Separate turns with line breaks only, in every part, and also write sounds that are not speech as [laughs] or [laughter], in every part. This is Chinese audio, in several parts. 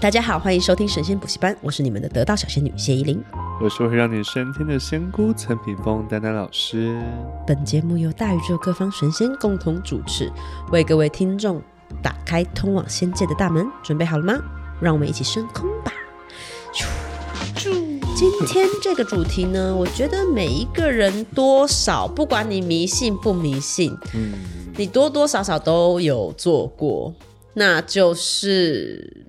大家好，欢迎收听神仙补习班，我是你们的得道小仙女谢依霖。
我是会让你升天的仙姑陈品峰丹丹老师。
本节目由大宇宙各方神仙共同主持，为各位听众打开通往仙界的大门。准备好了吗？让我们一起升空吧！咻今天这个主题呢，我觉得每一个人多少，不管你迷信不迷信，
嗯，
你多多少少都有做过，那就是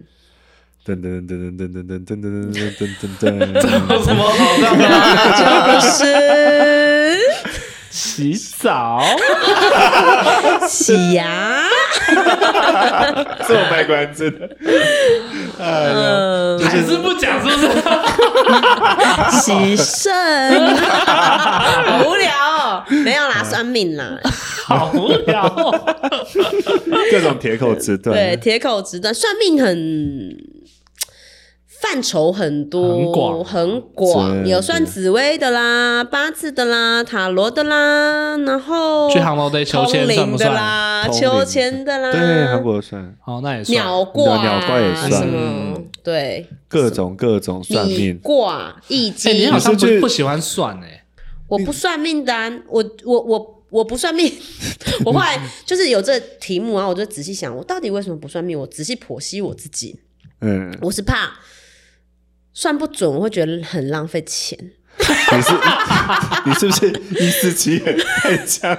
噔噔噔噔噔噔噔噔噔噔噔
[laughs]
噔
什么好看啊？
就是 [laughs]
洗澡，
洗牙。
这么卖关子的，
嗯，
还是不讲是不是？
洗肾，好无聊、哦，没有啦，算命
[laughs]
啦，
好无聊哦，
各种铁口直断。
对，铁口直断，算命很范畴很多，
很广
很广
真的
有算紫薇的啦、八字的啦、塔罗的啦，然后
[laughs] 去航楼队求签
通灵
算不
的
算
啦、
通灵
秋千的啦，
对，韩国算
好，那也算
鸟卦啊、
鸟卦也算
什么，对，
各种各种算
米
命，
卦、易
哎，
经，
你好像
你是去
不不喜欢算哎，
我不算命的、啊，我我我我不算命， [laughs] 我后来就是有这题目啊，我就仔细想，我到底为什么不算命？我仔细剖析我自己，
嗯，
我是怕算不准，我会觉得很浪费钱。
你是你是不是一四七太强？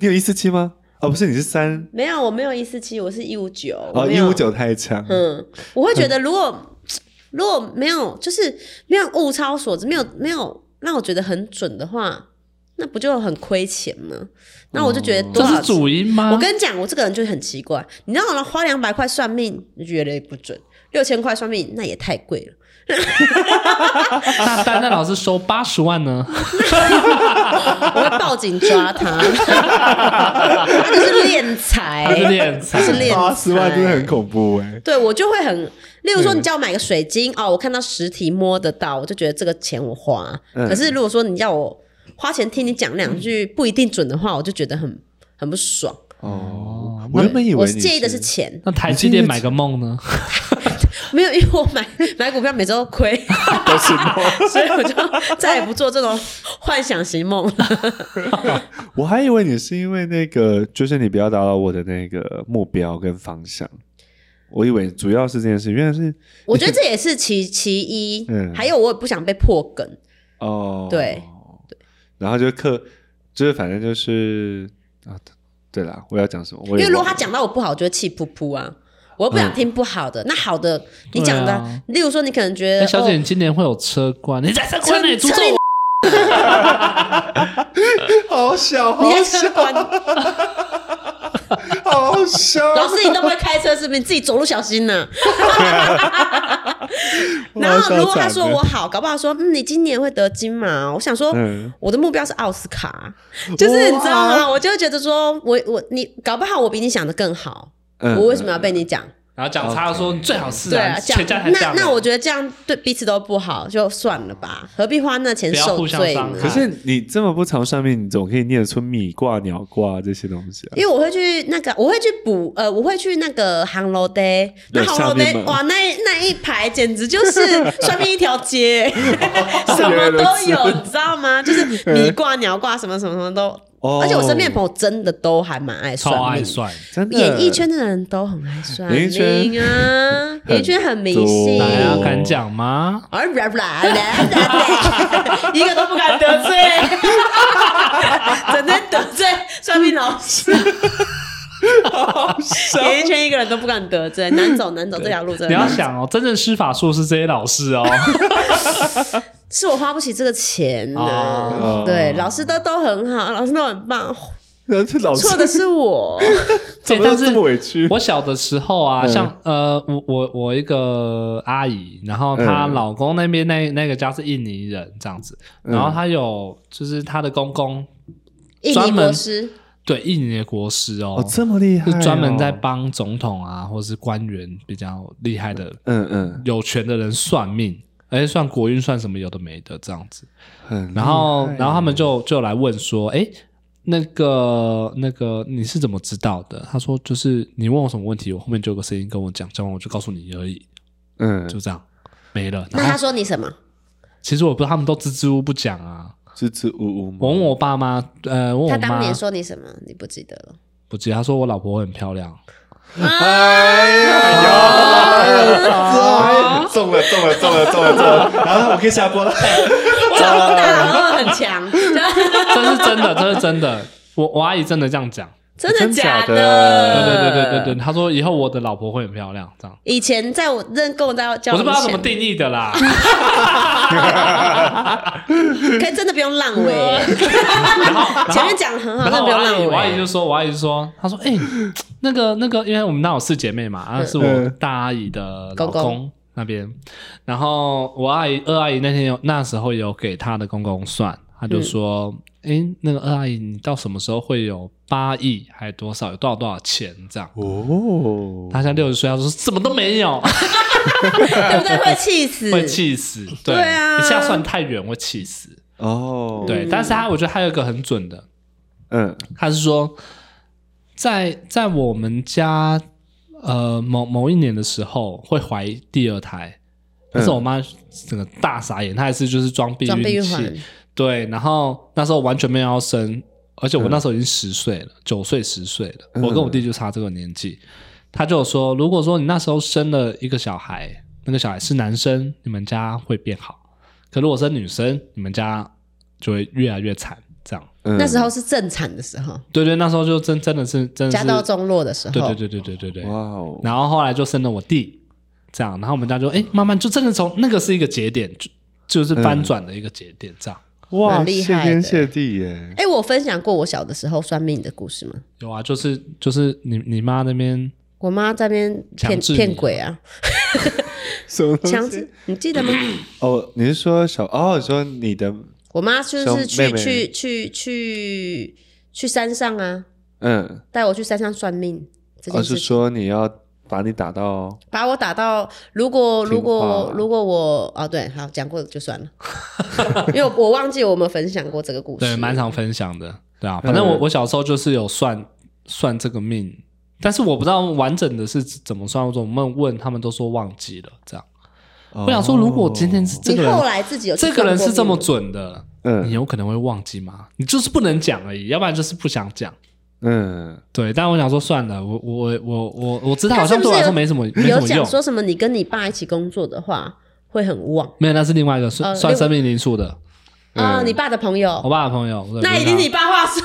你有一四七吗？哦，不是，你是三
没有，我没有一四七，我是一五九，我
哦，
没
一
有
五，九太强。
嗯，我会觉得如果如果没有就是没有物超所值，没有没有让我觉得很准的话。那不就很亏钱吗？那我就觉得多
这
少
是主因吗？
嗯
我跟你讲，我这个人就是很奇怪，你让我花两百块算命，就觉得不准；六千块算命，那也太贵了。
那丹丹老师收八十万
[laughs]
呢？
我会报警抓
[laughs]
他，他就是敛财，
他是敛财
哎他是敛财
八十万真的很恐怖哎、
对我就会很，例
嗯
如说你叫我买个水晶、哦，我看到实体摸得到，我就觉得这个钱我花。
嗯
可是如果说你叫我花钱听你讲两句不一定准的话，我就觉得很很不爽。
哦，我原本以为
我
你
介意的是钱，
那台积电买个梦呢？
[laughs] 没有，因为我买买股票每周都亏， [laughs] 所以我就再也不做这种幻想型梦了。
我还以为你是因为那个，就是你不要打扰我的那个目标跟方向。我以为主要是这件事，原来是
[laughs] 我觉得这也是其其一，
嗯
还有我也不想被破梗，
哦，
对
然后就克，就是反正就是啊，对啦，我要讲什么？我
因
嗯也
为如果
忘
他
了
讲到我不好，我就会气噗噗啊。我又不想听不好的，那好的你讲的，
对啊
例如说你可能觉得，
哎，小姐，
哦
你今年会有车冠？你在车冠内诅咒我？
好小，好
哦你在车关，
好
[laughs]
小，
老师你都不会开车是不是？你自己走路小心呐、然后如果他说我好，搞不好说嗯你今年会得金马，我想说。
嗯，
我的目标是奥斯卡，就是你知道吗？我就会觉得说，我我你搞不好我比你想的更好，
嗯
我为什么要被你讲？
然后啊讲差说你最好是
对啊，
啊，
讲
全家还
那
讲。
那我觉得这样对彼此都不好，就算了吧，何必花那钱
不要
受
互相
罪呢
伤？害
可是你这么不常算命，你总可以念得出米卦、鸟卦这些东西啊
因。为我会去那个，我会去补，呃，我会去那个航楼 day，那
对
航楼
下
day，
面嘛
哇，那那一排简直就是
[laughs]
算命一条街，什么
原来如
都
此
有，你知道
[laughs]
吗？就是米卦、鸟卦，什么什么什么都，
哦
而且我身边的朋友真的都还蛮爱
超
算
爱
命，
算，
真的，
演艺圈的人都很爱算
演艺圈
命啊，演艺圈
[laughs]
很迷信，
多
大
哎
家
呀
敢讲吗？
啊啦啦啦啦啦，一个都不敢得罪， [laughs] 整天得罪算命老
[laughs]
师。演艺圈一个人都不敢得罪，难
[laughs]
走难走这条路真
你
的
要
难走。
想哦，真正施法术是这些老师
[laughs]
哦。
是我花不起这个钱呢
哦。
对，老师都都很好，老师都很棒，
然后这老师
错的是
[laughs]
我。
怎么
但
都
是
这么委屈？
我小的时候啊，
嗯
像呃，我我我一个阿姨，然后她
嗯
老公那边那那个家是印尼人这样子，
嗯
然后她有就是她的公公
印尼
专门
国师，
对印尼的国师哦
哦，，这么厉害哦，
是专门在帮总统啊或是官员比较厉害的
嗯嗯
有权的人算命，而且算国运算什么有的没的这样子。
很厉害，哦
然后，然后他们就就来问说，哎，那个那个你是怎么知道的？他说，就是你问我什么问题，我后面就有个声音跟我讲，讲完我就告诉你而已。
嗯，
就这样没了。
那
然后
他说你什
啊
么？
其实我不知道，他们都支支吾吾不讲啊。
支支吾吾嘛
我问我爸妈，呃，问我
他当
妈，
年说你什么？你不记得了？
不记得，他说我老婆很漂亮。
哎呀，中了中了中了中了中了！然后我可以下播了。
我
呃
老公大脑很强，
这是真的，这是真的。我我阿姨真的这样讲，
真的
真假
假
的
对对对对对
对。
对，她说以后我的老婆会很漂亮，这样。
以前在我认跟我在交
我
往
是不知道怎么
前，
定义的啦，
[laughs] 可以真的不用烂
[laughs]
尾。前面讲得很好，
然
真的嗯不
后我
用
阿姨，我阿姨
烂尾。
就说，我阿姨就说，她说，哎、那个那个，因为我们那有四姐妹嘛，啊，是我
嗯
大阿姨的老
公公
公那边，然后我阿姨二阿姨那天有那时候有给她的公公算，她就说，
嗯
哎、那个二阿姨，你到什么时候会有八亿，还有多少，有多少多少钱这样？
哦
她现在六十岁，她说什么都没有，
嗯对不对？会气死，
[laughs] 会气死。对
对啊嗯
一下算太远会气死。
哦，
对，但是她我觉得还有一个很准的，
嗯
他是说，在在我们家呃某某一年的时候会怀第二胎，但是我妈整个大傻眼，她还是就是装避
装备
孕
孕
器
环，，
对，然后那时候完全没有要生，而且我那时候已经十岁了，九岁十岁了，我跟我弟就差这个年纪，他就有说，如果说你那时候生了一个小孩，那个小孩是男生，你们家会变好；可如果生女生，你们家就会越来越惨，这样。
嗯
那时候是正产的时候，
对对，那时候就真真的是真的
家
是，
道中落的时候，
嗯对对对对对对对。
哇哦，
然后后来就生了我弟，这样，然后我们家就哎，慢慢就真的从那个是一个节点，就就是翻转的一个节点，这样。
哇，
蛮厉害
谢
的
天谢地耶！
哎，我分享过我小的时候算命的故事吗？
有啊，就是就是你你妈那边
我妈在那边骗
强制你
骗鬼啊，
什么东西
强制你记得吗？
哦，你是说小哦？你说你的
我妈就
小
是去
妹妹
去去去去山上啊，
嗯，
带我去山上算命这
哦
件
是
事情，
说你要把你打到
把我打到如果
听
如果
话
如果我哦对，好讲过就算了， [laughs] 因为我我忘记我们分享过这个故事，
对蛮常分享的，对啊，反正我、
嗯
我小时候就是有算算这个命，但是我不知道完整的是怎么算，我总问问他们都说忘记了，这样。
哦
我想说，如果今天是这
你
个人
后来自己有去
这个人
算过
是这么
命吗
准的，
嗯
你有可能会忘记吗？你就是不能讲而已，要不然就是不想讲。
嗯
对，但我想说算了，我我我我我知道，好
他是
像
不
对我来
是
说没什么没什
有
么
讲
用。
说什么？你跟你爸一起工作的话，会很旺
没有，那是另外一个算
呃
算
另
生命灵数的，
啊、
嗯
你爸的朋
我
友，
爸的朋友。对
那一
不知
定
道
你爸话说，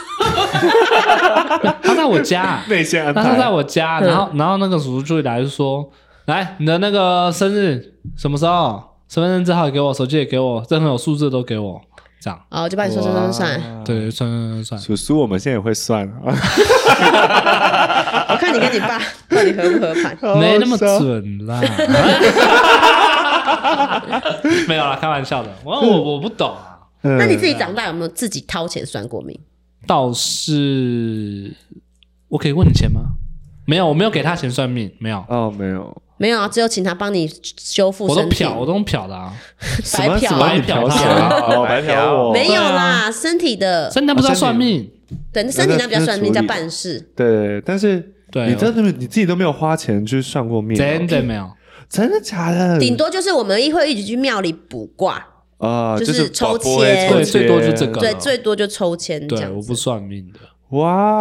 他在我
[laughs]
家，
内线安
他是在
排
我家，
嗯
然后然后那个叔叔就来就说，来你的那个生日什么时候？身份证字号也给我，手机也给我，任何有数字的都给我，这样。
哦，就帮你算算算算。
哇
对，算算算算，
叔叔，我们现在也会算啊，
我看你跟你爸到底合不合
[laughs]
盘。
没那么
好好笑
准啦。 [laughs] 没有啦，开玩笑的。我我我不懂啊。
那
嗯
你自己长大有没有自己掏钱算过命？
倒是我可以问你钱吗？没有，我没有给他钱算命，没有，
哦没有
没有啊，只有请他帮你修复
我都
身体，
瞟，我都用瞟的
哦
啊。
什么
白
什
嫖
么
啊
你嫖
白
谁
嫖
啊？
啊
哦白嫖我，
没有
啊
啦，身体的
所以那不是要算命，
对身体那比较算命
那
叫
是
办事，
对，但是
对哦
你真的你自己都没有花钱去算过命哦，
真的没有。
嗯
真的假的？
顶多就是我们一会一起去庙里卜卦，
啊，
就是
是
抽
宝贝
签
抽
对最多就这个
签
对，最多就抽签这
对，
样
我
子
不。算命的。
哇，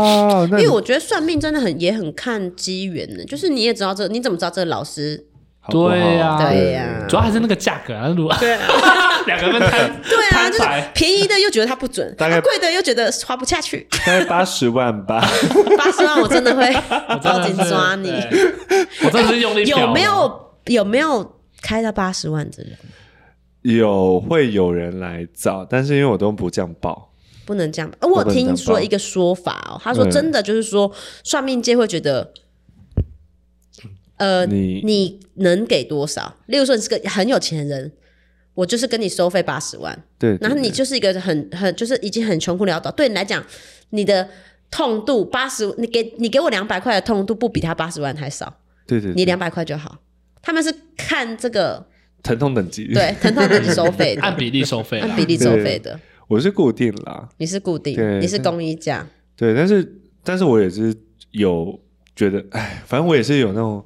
因
那你
为我觉得算命真的很也很看机缘的，就是你也知道这，你怎么知道这个老师？
好不好
对呀
对呀
主要还是那个价格啊，如果
对啊，
[laughs] 两个人摊
对啊，
摊
就是
牌，
便宜的又觉得它不准，
[laughs] 大概
啊贵的又觉得花不下去， [laughs]
大概八十万吧， [laughs]
八十万我真的会
我真
报
的
警
是
抓你。
对我真的是用力啊瞟。
有没？有有没有开到八十万的人？
有会有人来找，但是因为我都不这样报，
不能这样吧。呃我有
不能这样
听说
吧
一个说法哦，他说
嗯
真的就是说，算命界会觉得，呃，
你
你能给多少？例如说你是个很有钱人，我就是跟你收费八十万，
对，
然后
对
你
对
就是一个很很就是已经很穷困潦倒，对你来讲，你的痛度八十，你给你给我两百块的痛度不比他八十万还少，
对对，
你
对
两百块就好。他们是看这个
疼痛等级，，
对疼痛等级收
[laughs]
费的，
按比例收费啊啦
按比例收费的。
[laughs] 我是固定啦，
你是固定，
对
你是公益价，
对，但是但是我也是有觉得，哎，反正我也是有那种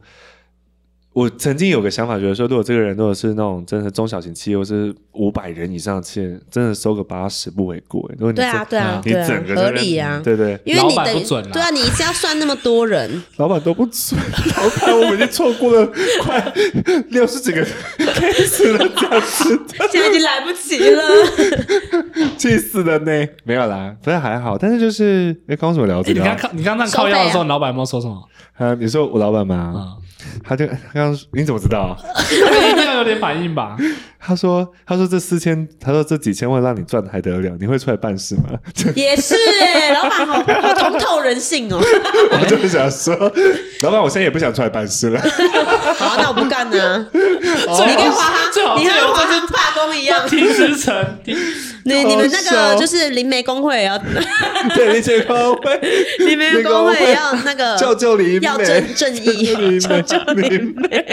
我曾经有个想法，觉得说，如果这个人如果是那种真的中小型企业，或是五百人以上的企业，真的收个八十不为过。欸如果你
对啊
整
对啊
你
对啊
整个
合
在那
理啊
对对，
因为你
老板
等于
不准啊
对啊，你一次要算那么多人，
老板都不准， [laughs] 老板我们已经错过了快六十几个 case 了，这样子
现在已经来不及了。
气死了呢。没有啦，不是还好，但是就是哎，刚刚怎么聊
诶
这
你
个
刚
啊？
靠你刚刚靠腰的时
收费
候，
啊
老板有没有说什么？
啊，你说我老板吗？
嗯，
他就他刚刚你怎么知道？
一定要有点反
[laughs]
应吧？
他说他说这四千，他说这几千万让你赚的还得了？你会出来办事吗？ [laughs]
也是哎、老板好好通透人性哦。
我就是想说，老板，我现在也不想出来办
[laughs]
事了。
好，那我不干呢、
最
你
好
跟华哈，
最好
你
最
跟
好
华
这
哈罢工一样
是。停职层，停
你你们那
好
个
笑
就是灵媒工会也要，
对，林建工会，
灵媒工会也要那个
救救林
[laughs] 要
美，
正正义
救。救林美，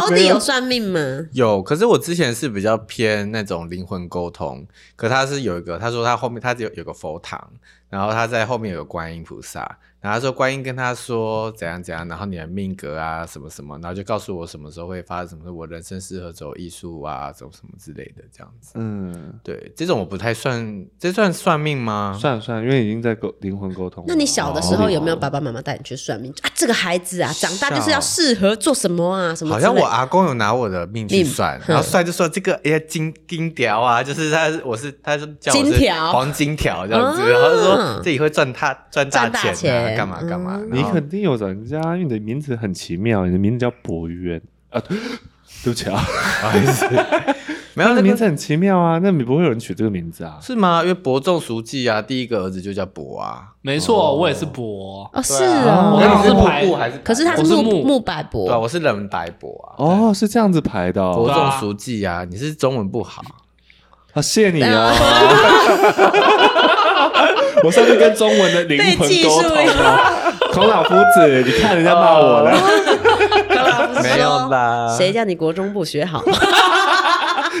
欧弟有算命吗？
有，可是我之前是比较偏那种灵魂沟通，可他是有一个，他说他后面他有有个佛堂，然后他在后面有个观音菩萨，然后他说观音跟他说怎样怎样，然后你的命格啊什么什么，然后就告诉我什么时候会发生什么，我人生适合走艺术啊，走什么之类的这样子。
[laughs] 嗯，
对，这种我不太算，这算算命吗？
[laughs] 算了算了，因为已经在沟灵魂沟通了。
那你小的时
哦
候有没有爸爸妈妈带你去算命啊？这个孩子啊，长大就是要适合做什么啊？什么
好
之类的？
像我阿公有拿我的命去
命
算，然
哼
后算就算这个哎呀金金条啊，就是他我是他就叫我
金
是
条
黄金条这样子，
啊
然后就说自己会赚大赚大
赚大
钱
钱
啊，干嘛干嘛
嗯，
哦你
然后
肯定有找人家，因为你的名字很奇妙，你的名字叫博渊啊，对对不起 [laughs] 啊，
[laughs] 没有
你
那
的名
个
字很奇妙啊，那你不会有人取这个名字啊？
是吗？因为伯仲叔季啊，第一个儿子就叫伯啊，
没错，我也是博，
哦是
对啊
哦
我刚好是
你
排
木布还是白
可是他是
我是
木
木
木百博
对啊，我是冷白伯啊，
哦，是这样子排的
伯
哦，
仲叔季啊，你是中文不好，
啊，谢你哦。我上次跟中文的啊
[laughs]
灵魂沟通
啊被技术
了，孔老夫子，你看人家骂我了。
没有啦，
哦谁叫你国中不学好？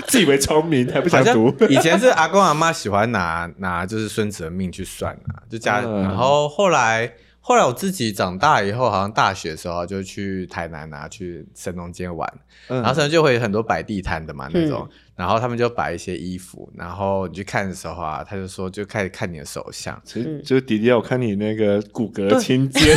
自以为聪明还不
好
想
像
读。
以前是阿公阿妈喜欢拿拿就是孙子的命去算啊，就家。
嗯
然后后来后来我自己长大以后，好像大学的时候就去台南啊，去神农街玩，
嗯
然后神农街会有很多摆地摊的嘛那种，然后他们就摆一些衣服，然后你去看的时候啊，他就说就开始看你的手相，
其实就是迪迪啊，我看你那个骨骼清洁，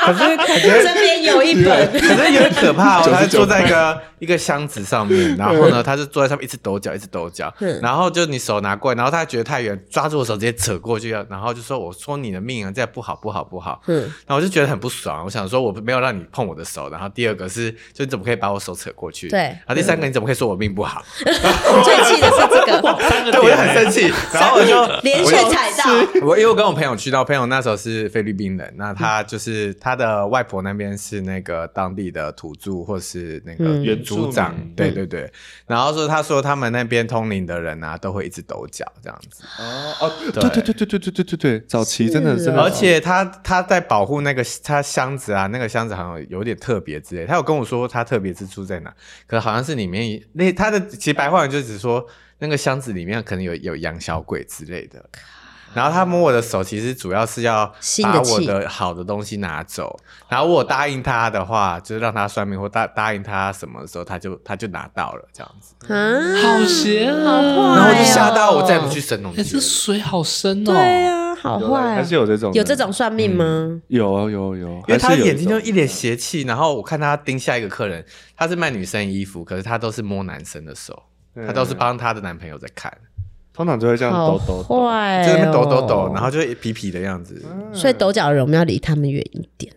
可是感觉
这边有一本，
可是有点可怕 [laughs] 哦，
99
他就坐在一个一个箱子上 [laughs] 面，然后呢，他就坐在上面一直抖脚，一直抖脚
嗯，
然后就你手拿过来，然后他觉得太远，抓住我手直接扯过去，啊然后就说：“我说你的命啊，这样不好，不好，不好。”
嗯，
然后我就觉得很不爽，我想说我没有让你碰我的手，然后第二个是，就你怎么可以把我手扯过去？
对
然后第三个你怎么可以说我命不好？
最气的是这个，
三个
[laughs] 对，我就
点
很
欸，
生气，然后我就
连
我
续
就
踩到，
我因为我跟我朋友去到，我朋友那时候是菲律宾人，那他就是他的外婆那边是那个当地的土著或是那个
嗯
原住民
族长，对对对。然后说他说他们那边通灵的人啊，都会一直抖脚这样子，
哦哦，对对对对对对对对对，早期真的
是
真
哦
的，
而且他他在保护那个他箱子啊，那个箱子好像有点特别之类，他有跟我说他特别之处在哪，可好像是里面那他的其实白话文就只说那个箱子里面可能有有养小鬼之类的。然后他摸我的手，其实主要是要
吸你的
把我
气
的好的东西拿走。然后我答应他的话，就是让他算命或答答应他什么的时候，他就他就拿到了这样子。
啊，
好邪
好
啊！
坏
然后我
哎
就
呦
吓到，我再也不去神农
哎，
街
这
了。
水好深哦。
对啊，好
有啦
坏
还
啊
是，有这种的，
有这种算命吗？
有啊有啊有啊，
因为他
还是有
眼睛
这
就
种
一脸邪气，然后我看他盯下一个客人，他是卖女生衣服，可是他都是摸男生的手，
嗯
他都是帮他的男朋友在看，
通常就会这样
好
抖抖抖。
坏，哦嗯
就在那边抖抖抖，然。后就
嗯
皮皮的样子，
所以抖脚的人，我们要离他们远一点。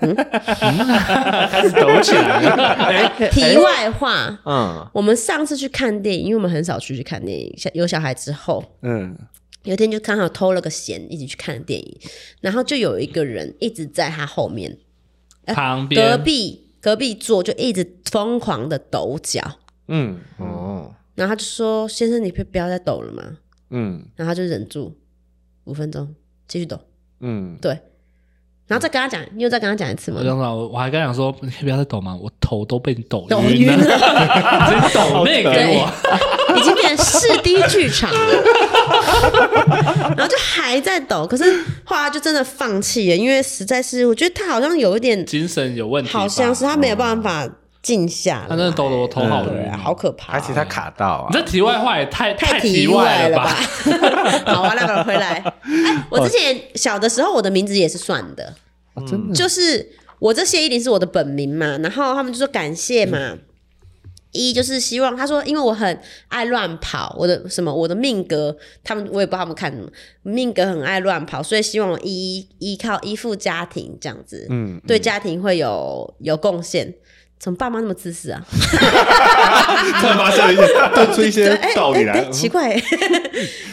开始抖起来了。
题外话，
嗯，
我们上次去看电影，因为我们很少出去看电影，小有小孩之后，
嗯，
有一天就刚好偷了个闲，一起去看电影，然后就有一个人一直在他后面，哎
旁
隔
边
壁隔壁桌就一直疯狂的抖脚，
嗯
哦，
然后他就说：“先生，你不不要再抖了嘛。
嗯
然后他就忍住五分钟，继续抖，
嗯，
对，然后再跟他讲，你又再跟他讲一次吗
我？讲啥？我我还跟他讲说，你可以不要再抖嘛，我头都被你抖
[laughs] 抖
晕
晕
了，
了，
直接抖那
对
给我。
已经变成四 D 剧场了， [laughs] 然后就还在抖。可是后来他就真的放弃了，因为实在是我觉得他好像有一点，
精神有问题吧，
好像是他没有办法静下来，
他真的抖得我头好
对
晕
啊
哦，
好可怕哦。
而且他卡到啊
[laughs]
你，这题外话也太
太
题
外
了
吧？？
[laughs]
好啊，那个回来。哎，我之前小的时候，我的名字也是算的，
哦真的
就是我这谢依霖是我的本名嘛，然后他们就说感谢嘛。一就是希望他说，因为我很爱乱跑，我的什么我的命格，他们我也不知道他们看什么命格很爱乱跑，所以希望我依依靠依附家庭这样子，
嗯，
对家庭会有有贡献。怎么爸妈那么自私啊？
突然发现了一些，断出一些
哎
道理
哎
来
哎，奇怪、
[laughs]
呃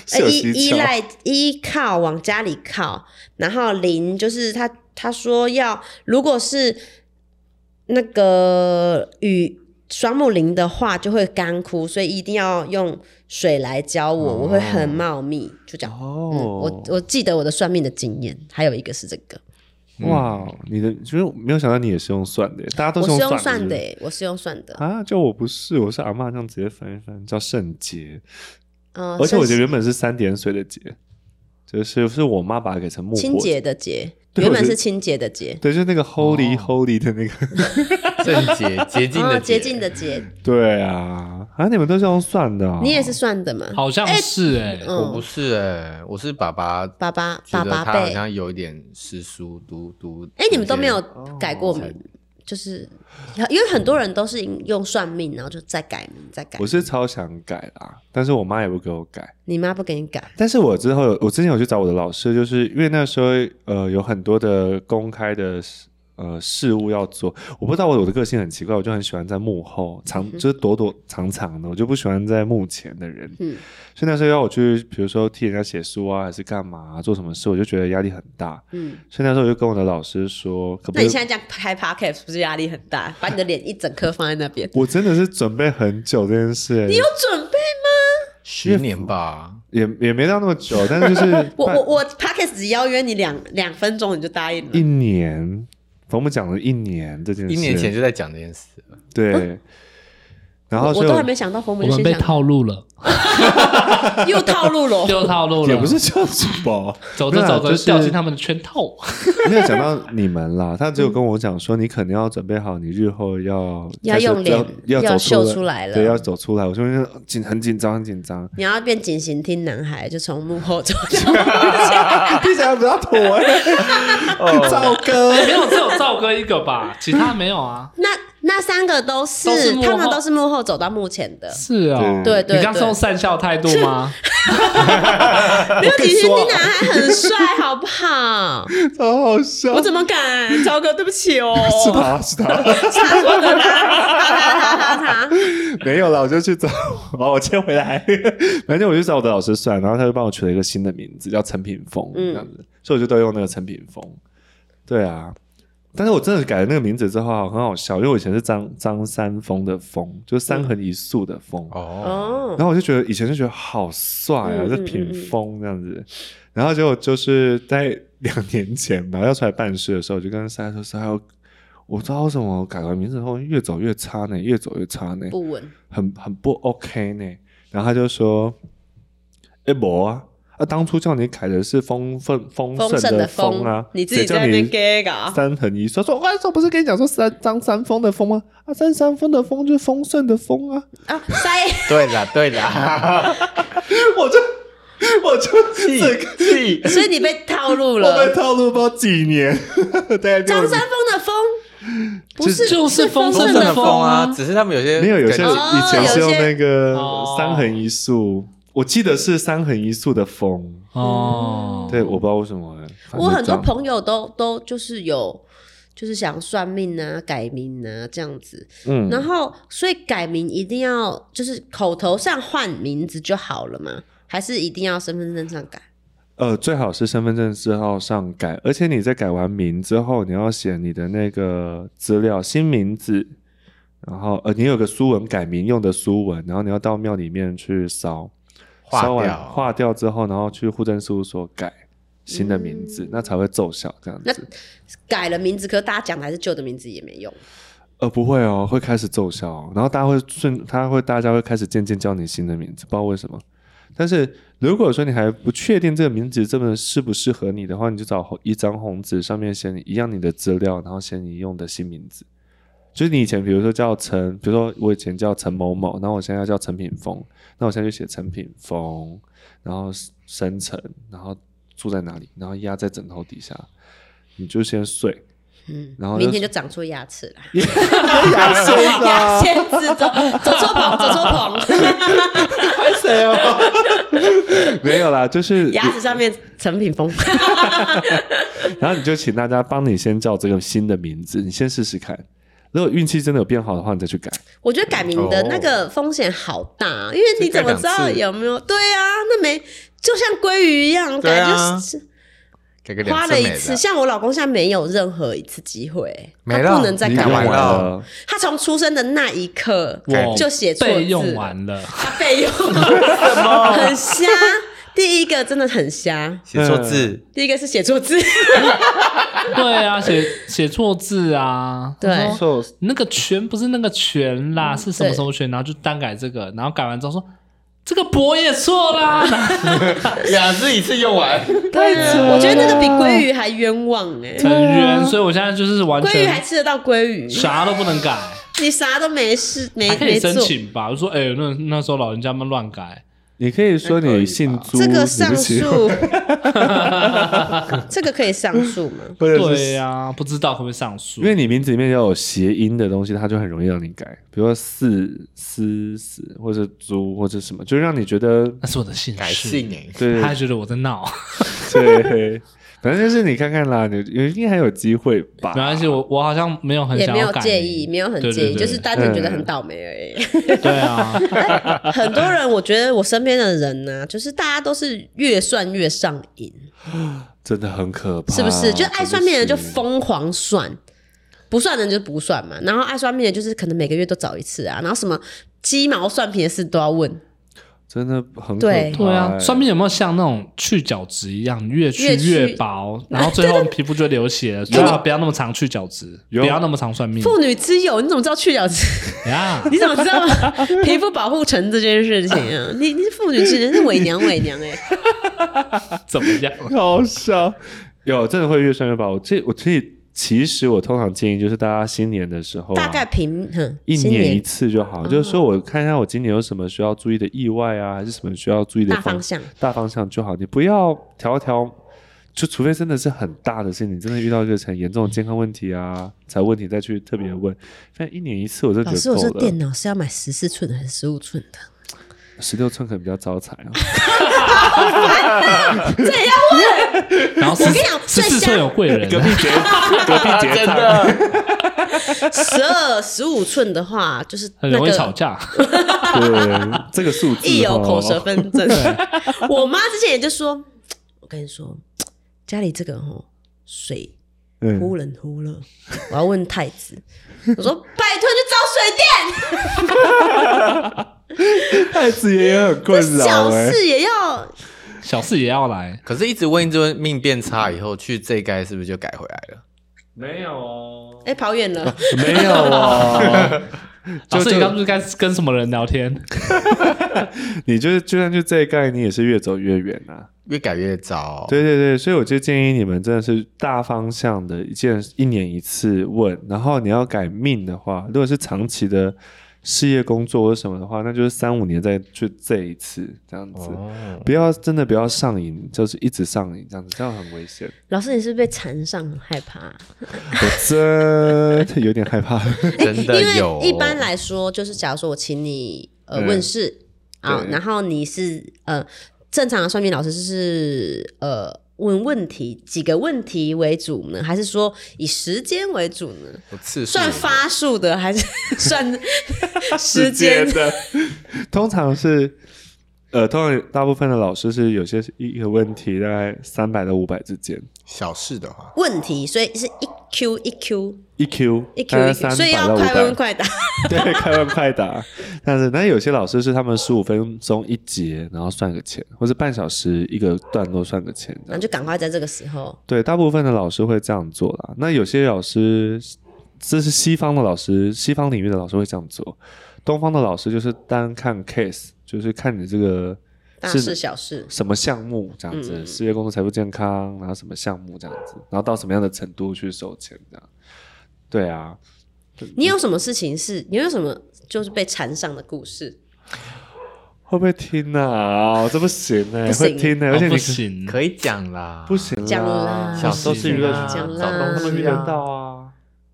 是有
依
蹊
依
跷
赖依靠往家里靠，然后零就是他他说要如果是那个雨双木林的话就会干枯，所以一定要用水来浇我，我会很茂密，就这样。嗯，我
哦，
我记得我的算命的经验，还有一个是这个，
哇，你的就是没有想到你也是用算的耶，大家都
我是
用
用
算
算的、
是
欸，我是用算的
不，是啊，就我不是，我是阿嬷这样直接翻一翻，叫圣洁，
嗯、
而且我觉得
是
原本是三点水的洁，就是是我妈把它改成木
清
火，
洁哦的洁，
对
原
我
本
觉
是
得
清洁的洁，
对，就是那个 holy [laughs] holy 的那个，
正洁洁净
哦
的
洁净的洁，
嗯对啊，啊，你们都是用算的哦，
你也是算的嘛？
好像是哎、
嗯
我不是哎，我是爸爸
爸爸
觉
爸
得
爸
他好
辈，
像有一点诗书读读。
哎、你们都没有
读
改过名，就是因为很多人都是用算命，然后就再改名再改
我。是超想改啦，但是我妈也不给我改。
你妈不给你改，
但是我之后有，我之前有去找我的老师，就是因为那时候呃有很多的公开的事呃事务要做，我不知道我我的个性很奇怪，我就很喜欢在幕后藏，
嗯
就是躲躲藏藏的，我就不喜欢在幕前的人。
嗯
所以那时候要我去，比如说替人家写书啊，还是干嘛、做什么事，我就觉得压力很大。
嗯。
所以那时候我就跟我的老师说，可不
那
可
你
以？
现在这样开 podcast 是不是压力很大？把你的脸一整颗放在那边，
我真的是准备很久这件事、
[laughs] 你有准备？
十年吧，
也也没到那么久，但是就是
[laughs] 我
半
我我 podcast 只邀约你两两分钟，你就答应
一
了。
年，冯木讲了一年这件事，
一年前就在讲这件事了。
对。然后
嗯我
所
我
以
都还没想到冯
我
母就
们
先
被
想，
套路了，
哦又套路
[laughs]
了。
又套路了，，
也不是这样子吧
走
没有
着
啦
走着
就
掉进
是
他们的圈套。
没有讲到你们啦， [laughs] 他
嗯
只有跟我讲说，你肯定要准备好，你日后要
要
开始
用脸
要
要
走
秀出来了啊
对，要走出来。我说嗯紧很紧张，很紧
[laughs]
张，
你要变警行厅男孩，就从幕后走。
听起来比较妥
哎
[laughs]
[laughs]
欸，赵哥。
[laughs] 没有，只有赵哥一个吧， [laughs] 其他没有啊。
那那三个都是，
都是幕后
他们都是幕后走到幕前的。
是啊、
对
对
对
你刚是
对
用善笑态度吗？
没有，其实你男孩很帅，好不好？
超好笑
我，怎么敢？超哥，对不起哦。
是他是他，
他说的他，他他他他
[laughs] 没有了，我就去找，好，我先回来。 [laughs] 反正我就找我的老师算，然后他就帮我取了一个新的名字，叫陈品峰，
嗯
这样子，所以我就都用那个陈品峰。对啊，但是我真的改了那个名字之后啊，很好笑，因为我以前是张张三丰的丰，就是三横一竖的丰。
他。
哦，
哦
然，后我就觉得以前就觉得好帅啊，
嗯
这
嗯
屏
嗯嗯
风这样子。然后结果就是在两年前吧，要出来办事的时候，我就跟塞说：“塞，我不知道为什么我改完名字后越走越差呢，越走越差呢。”
不稳。
很很不 OK 呢。然后他就说：“哎、我啊，啊，当初叫你改的是丰丰丰
丰盛
盛
的
丰啊，
你自己
谁叫
在那
你
边啊 gay 搞
三横一竖，说我那时候不是跟你讲说三张三丰的丰吗？啊，三三丰的丰就是丰盛的丰啊，
啊，塞， [laughs]
对啦对啦，
[laughs] 我就我就
气
整个
气
所以你被套路
我被
了。
套路包几年，对，
张三丰的丰，不
就是
就是丰
丰
丰
盛
盛
的
的
丰
风
啊
啊，只是他们有些
没有，有些
感觉
哦
以前是
有
用
些
那个
哦
三横一竖，我记得是三横一竖的丰。
哦，
对，我不知道为什么欸、反
我
正
很
这
多
样
朋友都都就是有，就是想算命啊、改名啊这样子。
嗯，
然后，所以改名一定要就是口头上换名字就好了嘛，还是一定要身份证上改？
呃，最好是身份证字号上改，而且你在改完名之后，你要写你的那个资料，新名字，然后呃，你有个书文改名用的书文，然后你要到庙里面去烧，
划
烧完
掉
划掉之后，然后去户政事务所改，新的名
嗯
字，那才会奏效这样
那
子。
改了名字，可是大家讲的还是旧的名字也没用。
呃，不会哦，会开始奏效哦、然后大家会顺，他会大家会开始渐渐叫你新的名字，不知道为什么。但是如果说你还不确定这个名字这么适不适合你的话，你就找红一张红纸，上面写你一样你的资料，然后写你用的新名字。就是你以前比如说叫陈，比如说我以前叫陈某某，然后我现在要叫陈品峰，那我现在就写陈品峰，然后生辰，然后住在哪里，然后压在枕头底下，你就先睡， [laughs]
嗯，
然后
明
就
天就长出牙齿
[laughs]
啦，
牙签啊
牙仙子走 [laughs] 走错棚，走错棚，
拍谁哦？
[laughs] 没有啦，
[laughs]
就是
牙齿上面成品风。
然后你就请大家帮你先叫这个新的名字，你先试试看。如果运气真的有变好的话，你再去改。
我觉得改名的那个风险好大，因为你怎么知道有没有？对啊，那没就像鲑鱼一样，
对
感
啊
觉就是
给个
花
两次
了
美
一
的
次。像我老公现在没有任何一次机会，
没
他
了
不能再
你
改
用
名
完
完
了。
了，
他从出生的那一刻
我
就写错字
备用完了， [laughs]
他备用很瞎。第一个真的很
嗯
瞎，
写错字，
第一个是写错字，
对啊，写写错字啊，
对
他说
受
那个权不是那个权啦，是什么
对
什么权，然后就单改这个，然后改完之后说这个博也错啦，
两次一次用完，
太我觉得那个比鲑鱼还冤枉哎、
[laughs] 很冤，所以我现在就是完
鲑鱼还
全
吃得到鲑鱼，
啥都不能改，
你啥都没事没
还可以
没
申
做。
请吧？我说哎、那那时候老人家们乱改，
你可以说你姓朱，
这个
你
上
不行
诉， [laughs] 这个可以上诉吗？
或者是
对呀、不知道可不可以上诉
因？为你名字里面要有谐音的东西，它就很容易让你改，比如说四、思、死，或者猪，或者什么，就让你觉得
那是我的姓
改
氏，
姓哎，
对
他还觉得我在闹， [laughs]
对，反正就是你看看啦，你应该还有机会吧
没。关系，我我好像没有很
也
想
没
要
有
改，
介意，没有很
对
介意，
对对
就是单纯觉得很倒霉而已。
对啊，
[laughs]
很多人，我觉得我身边的人呢、就是大家都是越算越上瘾，
真的很可怕，
是不是？就爱算命的人就
啊真的是
疯狂算，不算的人就不算嘛。然后爱算命的就是可能每个月都找一次啊，然后什么鸡毛蒜皮的事都要问，
真的很可
对
怕
对啊，
欸
算命有没有像那种去角质一样，你越去
越去
越薄，然后最
[laughs]
后皮肤就流血了？最好不要那么常去角质，
有
不要那么常算命
妇女之友，你怎么知道去角质？
[laughs]
呀。
[laughs] 你怎么知道 [laughs] 皮肤保护层这件事情啊？你你是妇女之人，是伪娘伪娘哎、
怎么样？
好笑，有真的会越算越薄。我这我其实其实我通常建议就是大家新年的时候、啊，
大概平哼
一
新嗯
年一次就好，就是说我看一下我今年有什么需要注意的意外啊，还是什么需要注意的
大方向
大方向就好，你不要条条。就除非真的是很大的事情，你真的遇到一个很严重的健康问题啊，才问题再去特别问。但一年一次，我真
嗯
的
老
觉
师，我这
得够了
电。脑是要买十四寸的还是十五寸的？
十六寸可能比较招财啊。
然后
我跟你讲
十
最
四
瞎
岁有贵人，
隔壁结
[laughs] 真
账，
的，
十二、十五寸的话，就是
很
那
容易吵
个
架。
对这个数字
[laughs] 一有口舌
哦
纷争。我妈之前也就说，我跟你说，家里这个哦水忽 [laughs]
嗯，
冷忽热，我要问太子。我说拜托你去
太子爷也很
找
困
水电，小
扰哎。
事也要
小事也要来，
可是一直问一直问，命变差以后去这一该是不是就改回来了？
没有哦。
哎、跑远 [laughs] 了。
没有
[laughs]
哦，
老
就
师，
就
你刚不是该跟什么人聊天？
你就是就算就这一概，你也是越走越远啊。
越改越糟。
对对对，所以我就建议你们真的是大方向的一件一年一次问，然后你要改命的话，如果是长期的事业工作或什么的话，那就是三五年再去这一次这样子。
哦，
不要真的不要上瘾，就是一直上瘾这样子，这样很危险。
老师，你是不是被缠上，很害怕、
[laughs] 我真的有点害怕。
真的
哎因
有。
为一般来说，就是假如说我请你呃
嗯
问世啊、
对
然后你是呃正常的算命老师是呃问问题几个问题为主呢，还是说以时间为主呢？
有次数
算发数的
[laughs]
还是算时间？
的，通常是呃，通常大部分的老师是有些是一一个问题大概三百到五百之间，
小事的话，
问题，所以是一 Q 一 Q
一 Q
一
大概
Q 一
呃三
Q，所以
百
要
到五
快问
百，
快答。
[laughs]
[laughs]
对，开问快答。但是，但是有些老师是他们十五分钟一节，然后算个钱，或者半小时一个段落算个钱这
然
样
后。就赶快在这个时候，
对，大部分的老师会这样做啦。那有些老师，这是西方的老师，西方领域的老师会这样做。东方的老师就是单看 case，就是看你这个
大
是
事小事，
什么项目这样子，
嗯嗯嗯
事业、工作、财富、健康，然后什么项目这样子，然后到什么样的程度去收钱这样。对啊，
你有什么事情是？你有什么就是被缠上的故事？
会不会听啊？这不行哎、
不行啊
会听呢、而
哦
且你
不行，
可以讲啦，
不，行
讲
啦
啦，
小时候是娱乐
不
啊，
行
讲
啦
啦
找
他
东
们遇
西
得
啊，
到啊。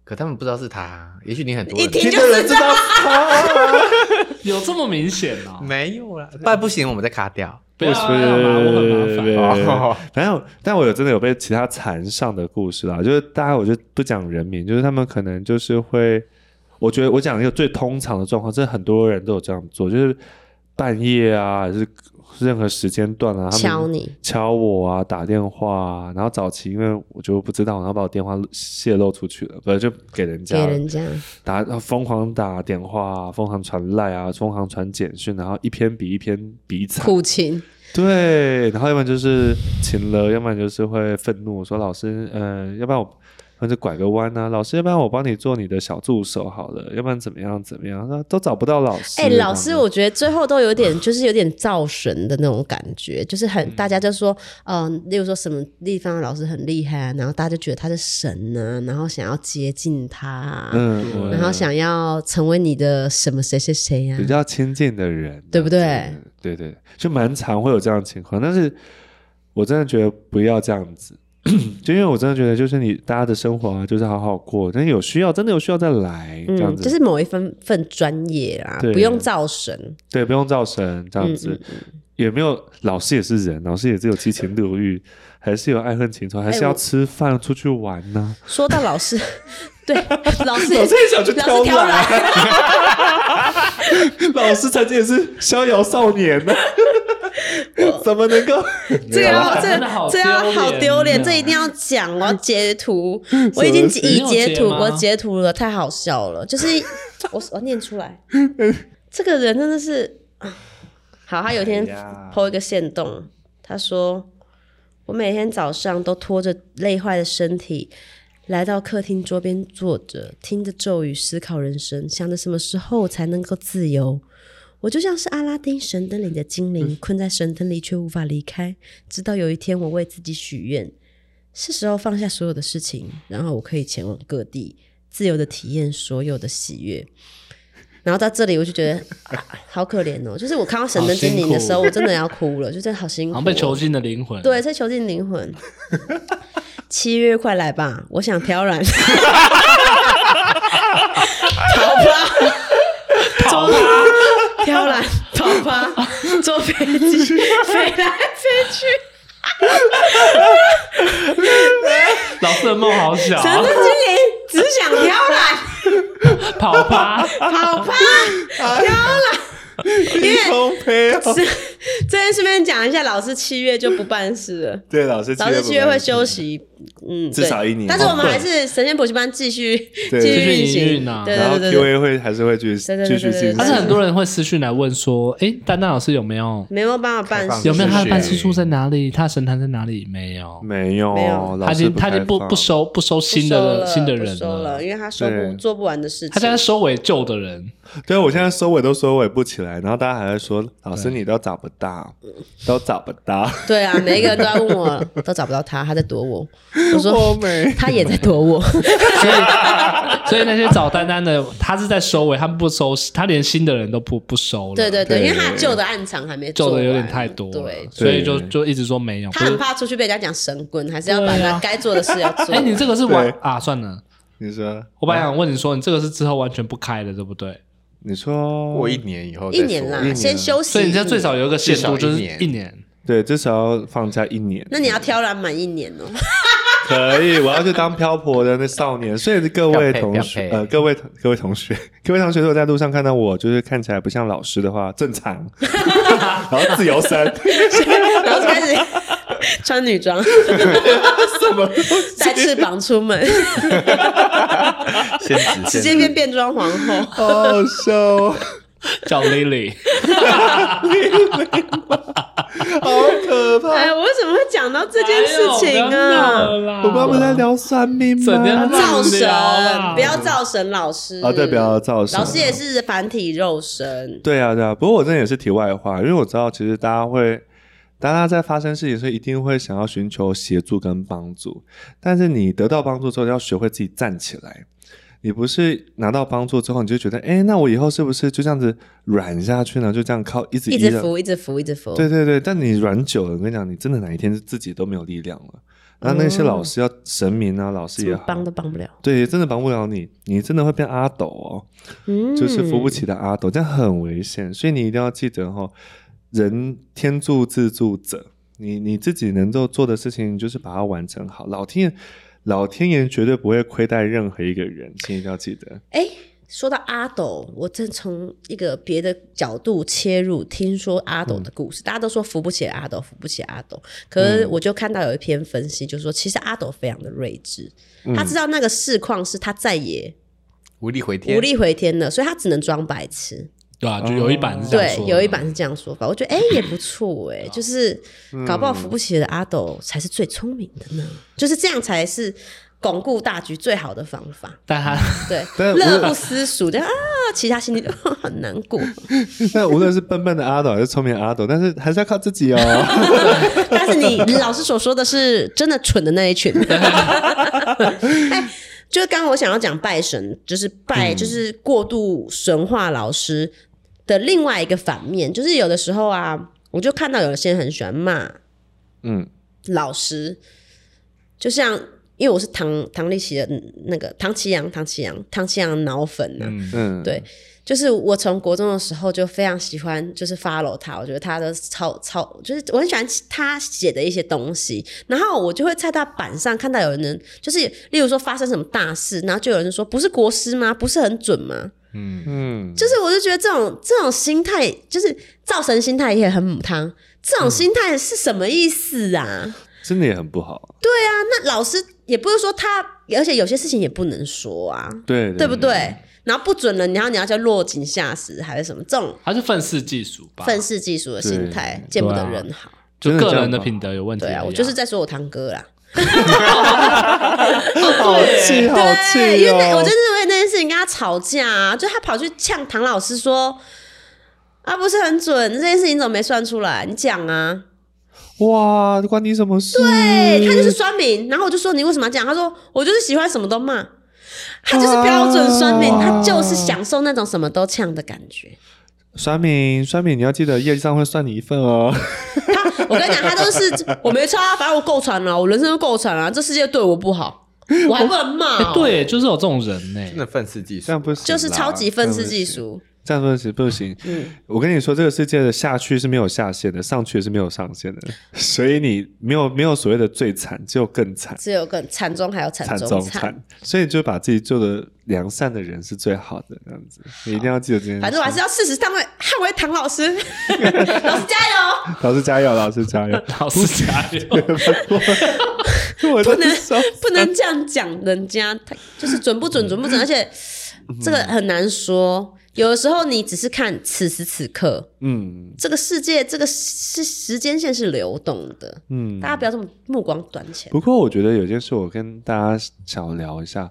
可他们不知道是他，也许你很多
一
人
听
听
就
的人
是
知道他、啊，
有这么明显啊？
没有啦，不然不行，我们再卡掉。
不要
不
不
是
要啦，我很麻烦。
哦，反正我但我有真的有被其他缠上的故事啦，就是大家我就不讲人名，就是他们可能就是会，我觉得我讲一个最通常的状况，这很多人都有这样做，就是半夜啊，还是任何时间段啊，他们
敲你，
敲我啊，打电话啊，然后早期因为我就不知道，然后把我电话泄露出去了，不是就给人
给
家了
人家，
打疯狂打电话、啊，疯狂传赖啊，疯狂传简讯，然后一篇比一篇比惨，
苦情，
对，然后要不然就是勤了，要不然就是会愤怒说老师，呃，要不然我或者拐个弯啊，老师，要不然我帮你做你的小助手好了，要不然怎么样怎么样，那都找不到老师。
哎、老师，
然后
我觉得最后都有点， [sighs] 就是有点造神的那种感觉，就是很大家就说，嗯、例如说什么地方的老师很厉害啊，然后大家就觉得他是神啊，然后想要接近他、啊，
嗯，嗯
然后想要成为你的什么谁谁谁啊呀、
比较亲近的人，
对不对
这样子？对对，就蛮常会有这样的情况，但是我真的觉得不要这样子，就因为我真的觉得就是你大家的生活啊，就是好好过，但是有需要真的有需要再来这样
嗯，
子，
就是某一份份专业啦，
对
不用造神，
对，不用造神这样子。
嗯
也没有，老师也是人，啊老师也是有七情六欲，还是有爱恨情仇，还
哎
是要吃饭、出去玩呢、 [laughs]
说到老师， [laughs] 对老师，
老师也想去
老师
挑
挑
染
染，
老师曾经也是逍遥少年呢、 [laughs] 怎么能够？
这个要这个
真的好
这个要好丢
丢脸
脸，
啊
这一定要讲，我要截图，我已经已截图，
你有截吗
我截图了，太好笑了，就是我我念出来，这个人真的是，好，他有一天
哎呀
PO 一个线动，他说我每天早上都拖着累坏的身体。来到客厅桌边坐着，听着咒语思考人生，想着什么时候才能够自由。我就像是阿拉丁神灯里的精灵，
嗯
困在神灯里却无法离开。直到有一天，我为自己许愿，是时候放下所有的事情，然后我可以前往各地，自由的体验所有的喜悦。然后到这里，我就觉得、 [laughs] 啊好可怜哦，就是我看到神灯精灵的时候，
好辛苦
我真的要哭了，就真的好辛苦、哦。
好像被囚禁的灵魂。
对，在囚禁灵魂。七月快来吧，我想飘
[laughs]
然。 [laughs] 逃吧，逃吧，飘
[laughs]
然，逃吧，坐飞机飞来飞去。
老师的梦好小啊，
神的精灵只想飘然，
跑吧，
跑
[laughs]
吧，
一通飞哦。
是。这边顺便讲一下，老师七月就不办事了。
对，老师
老师七月会休息，嗯，
至
对
少一年
但是我们
哦
还是神仙补习班继续
对
继
继
续
续
运
营
行
运啊，
对
然后
对对对对，
Q&A 会还是会继
对
续
对
继
对
续进
对
行
对
[laughs] 但是
对
很多人会私讯来问说，诶，丹丹老师有没有
没有办法办事，
有没有他的
是
办事处在哪里？他的神坛在哪里？没有，
没有
没有，
老
他已
师
经他已经不
开
不
放
收不收
不
新
收
的
了
新的
不
人啊
收了，因为他收
对
不做不完的事情。
他现在收尾旧的
[laughs]
人，
对，我现在收尾都收尾不起来，然后大家还在说老师你都找不到，都找不到，
对啊，每一个人都在问我，都找不到他，他在躲我。我说
我没。
他也在躲我，
所以所以那些找丹丹的，他是在收尾，他们不收，他连新的人都不不收了。
对对对，
对
因为他旧的暗场还没做
旧的有点
完
太多了
对，，
所以就
对
就一直说没有。
他很
不是
怕出去被人家讲神棍，还是要把
对
他
啊
该做的事要做
哎，。你这个是完
对
啊？算了，
[laughs] 你说，
我本来想问你说，你这个是之后完全不开的，对不对？
你说
过一年以后再
一
说，
年啦
一，年
先休息。
所以你现在最少有一个限度，
至少
就
一
是
年
一年。
对，至少要放假一年。
那你要挑染满一年哦。
可以，我要去当漂泊的那少年。所以各位同学，
漂配漂配
呃，各位同各位同学， [laughs] 各位同学，如果在路上看到我，就是看起来不像老师的话，正
[laughs]
常，然后自由生，
然后就开始穿女装，
什么
带翅膀出门，
先直
直接变变装皇
[laughs]
后。
好笑哦，
叫 Lily，
好可怕！
哎，我怎么会讲到 [laughs] 这件事情啊？
我们不是在聊算命
怎
吗？
样
哎造神
不要啦，
不要造神，老师
啊，对，不要造神。
老师也是繁体肉身，
对啊，对啊。不过我这也是题外话，因为我知道其实大家会，大家在发生事情的时候一定会想要寻求协助跟帮助，但是你得到帮助之后要学会自己站起来。你不是拿到帮助之后，你就觉得，哎，那我以后是不是就这样子软下去呢？就这样靠一直
一
依
直
着
扶，一直扶，一直扶。
对对对，但你软久了，我跟你讲，你真的哪一天是自己都没有力量了。那那
嗯
些老师要神明啊，老师
怎
也
么
好，
帮都帮不了，
对，真的帮不了你，你真的会变阿斗哦。
嗯，
就是扶不起的阿斗，这样很危险，所以你一定要记得哈、人天助自助者，你你自己能够做的事情，你就是把它完成好。老天爷，老天爷绝对不会亏待任何一个人，请一定要记得。 [laughs]
哎，说到阿斗，我正从一个别的角度切入，听说阿斗
嗯
的故事，大家都说扶不起的阿斗，扶不起的阿斗。可是我就看到有一篇分析，就说其实阿斗非常的睿智，
嗯
他知道那个市况是他再也
无力回天，
无力回天了，所以他只能装白痴。
对啊，就有一版是这样
对
说，的，
有一版是这样说法，我觉得哎、也不
[laughs]
错哎、就是搞不好
嗯
扶不起的阿斗才是最聪明的呢，就是这样才是巩固大局最好的方法。
但他
对，
但我
乐不思蜀的啊，其他心里 [laughs] 很难
[laughs]
过，
那无论是笨笨的阿斗还是聪明的阿斗，但是还是要靠自己哦。
但是你老师所说的是真的蠢的那一
[laughs]
群。哎，就是刚刚我想要讲拜神，就是拜，
嗯
就是过度神话老师的另外一个反面，就是有的时候啊，我就看到有些人很喜欢骂
嗯，
老师，就像因为我是唐唐立奇的嗯那个唐奇阳，唐奇阳，唐奇阳脑粉呐、啊
嗯，
嗯，
对，就是我从国中的时候就非常喜欢，就是 follow 他，我觉得他的超超，就是我很喜欢他写的一些东西，然后我就会在他板上看到有人，就是例如说发生什么大事，然后就有人说不是国师吗？不是很准吗？
嗯，
就是我就觉得这种这种心态，就是造神心态也很母汤，这
嗯
种心态是什么意思啊？
真的也很不好。
那老师也不是说他，而且有些事情也不能说啊，
对
对不？对？然后不准了，然后你要叫落井下石还是什么？这种
[laughs] 他是愤世嫉俗吧？
愤世嫉俗的心态，见不得人好。
就
真的
个
这样
人的
吗
品德有问题而
对
已。
啊，我就是在说我堂哥啦。
好气，好
对，因
气
为那
哦！
我就是因为那件事情跟他吵架啊，就他跑去呛唐老师说。啊，不是很准，这件事情怎么没算出来？你讲啊，
哇，关你什么事？
哎、
对
他就是酸民，然后我就说你为什么要讲？他说我就是喜欢什么都骂，他就是标准酸民，
啊
他就是享受那种什么都呛的感觉。
酸敏，酸敏，你要记得业绩上会算你一份哦。
他，我跟你讲，他都是我没差啊，反正我够惨了，我人生都够惨了，这世界对我不好，我还不能骂、哦
哎，， [laughs] 对，就是有这种人呢、
真的愤世嫉
这样
俗。
不行啦，
就是超级愤世
这样
嫉
不行
俗。嗯
这样不行不行。我跟你说，这个世界的下去是没有下限的，上去是没有上限的， [laughs] 所以你没有没有所谓的最惨，只有更惨，
只有更惨中还有惨
惨
中
中
惨，
惨。所以就把自己做的良善的人是最好的，这样子，你一定要记得这件事。
反正我还是要事实捍卫捍卫唐老
[laughs]
师，老师加油！
老师加油，老师加油。
[laughs] 老师加油！
[laughs] 不
我真
能
的受
不能这样讲人家，他就是准不准准
嗯
不准，而且这个很难说。有的时候你只是看此时此刻，
嗯
这个世界这个是时间线是流动的，
嗯
大。家不要这么目光短浅。
不过我觉得有件事我跟大家想聊一下，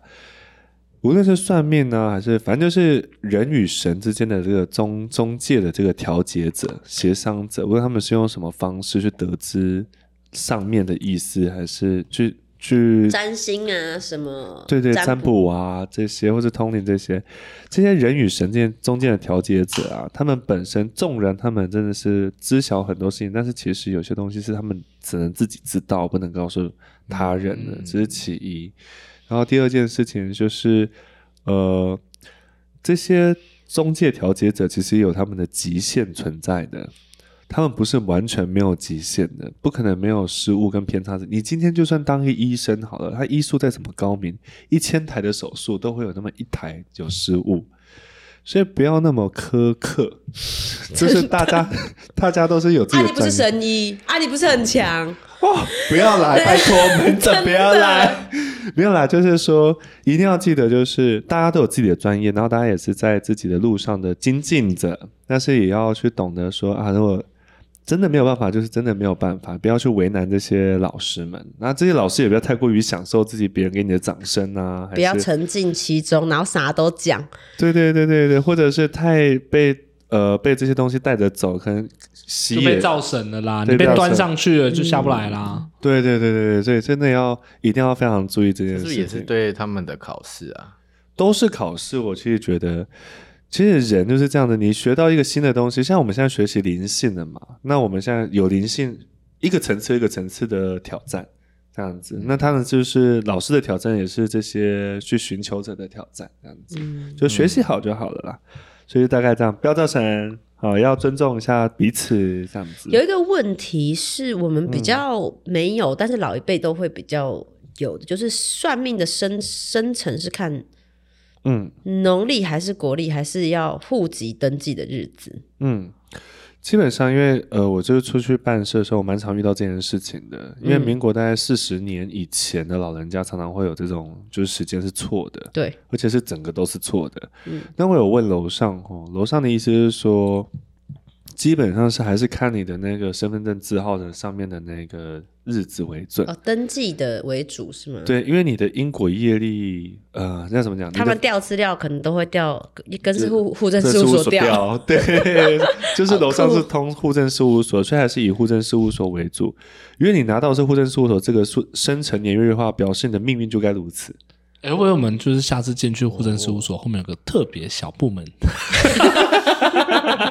无论是算命呢，还是反正就是人与神之间的这个中中介的这个调节者、协商者，无论他们是用什么方式去得知上面的意思，还是去去
占星啊，什么
嗯对对呃占卜啊这些，或是通灵这些，这些人与神之间中间的调节者啊，他们本身纵然他们真的是知晓很多事情，但是其实有些东西是他们只能自己知道，不能告诉他人的，这是其一。然后第二件事情就是，呃，这些中介调节者其实有他们的极限存在的。他们不是完全没有极限的，不可能没有失误跟偏差值。你今天就算当一个医生好了，他医术再怎么高明，一千台的手术都会有那么一台有失误，所以不要那么苛刻。就是大家大家都是有自
阿
己
力
的
啊不是
专业。
神医，阿力不是很强，
哦， [laughs] 不要来，拜托门诊不要来， [laughs] 没有啦，就是说一定要记得，就是大家都有自己的专业，然后大家也是在自己的路上的精进者，但是也要去懂得说啊，如果真的没有办法，就是真的没有办法，不要去为难这些老师们。那这些老师也不要太过于享受自己别人给你的掌声啊，还是
不要沉浸其中，然后啥都讲。
对对对对对，或者是太被呃被这些东西带着走，可能吸
就
引
被造神了啦，
对
你被
造神
端上去了就下不来啦。
对对对对对，所以真的要一定要非常注意这件
是
事
不
情。
是也是对他们的考试啊？
都是考试，我其实觉得，其实人就是这样的。你学到一个新的东西，像我们现在学习灵性的嘛，那我们现在有灵性一个层次一个层次的挑战，这样
嗯
子。那他们就是老师的挑战，也是这些去寻求者的挑战，这样子。
嗯，
就学习好就好了啦。所以大概这样，不要造成好，要尊重一下彼此，这样子。
有一个问题是我们比较没有，但是老一辈都会比较有的，就是算命的生生辰是看
嗯
农历还是国历，还是要户籍登记的日子？
嗯。基本上，因为呃，我就是出去办事的时候，我蛮常遇到这件事情的。因为
嗯
民国大概四十年以前的老人家，常常会有这种，就是时间是错的，
对，
而且是整个都是错的。
嗯
那我有问楼上哦，楼上的意思是说，基本上是还是看你的那个身份证字号的上面的那个日子为准。
哦，登记的为主是吗？，
对，因为你的因果业力，呃，那怎么讲？
他
你的
们调资料可能都会调，跟是户户
呃
政
这
事
事
务
务
所
所
调。
调，
[laughs]
对，就是楼上
好酷
是通户政事务所，所以还是以户政事务所为主。因为你拿到的是户政事务所这个数生辰年月日的话，表示你的命运就该如
[laughs]
此。
哎、为我们就是下次进去户政事务所后面有个特别小部门， [laughs]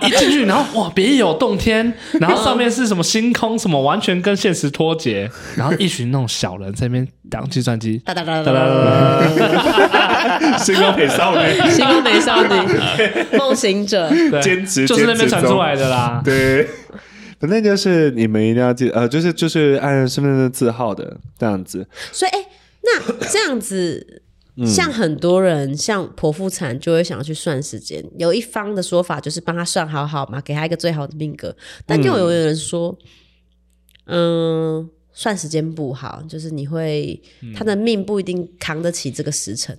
一进去然后哇别有洞天，然后上面是什么星空什么，完全跟现实脱节，然后一群那种小人在那边当计算机，
哒哒哒哒
哒哒
哒，
哒哒哒，
星光陪少
[laughs]
女，
[laughs] 星光美少 [laughs] 女，梦行者，
对
兼职
[laughs] 就是那边
兼职
传
中
出来
[laughs]
的啦。
对。反正就是你们一定要记，呃，就是就是按身份证字号的这样子，
所以，哎、那这样子，
嗯
像很多人像剖腹产就会想要去算时间，有一方的说法就是帮他算好好嘛，给他一个最好的命格，但又有人说，嗯。算时间不好，就是你会他的命不一定扛得起这个时辰。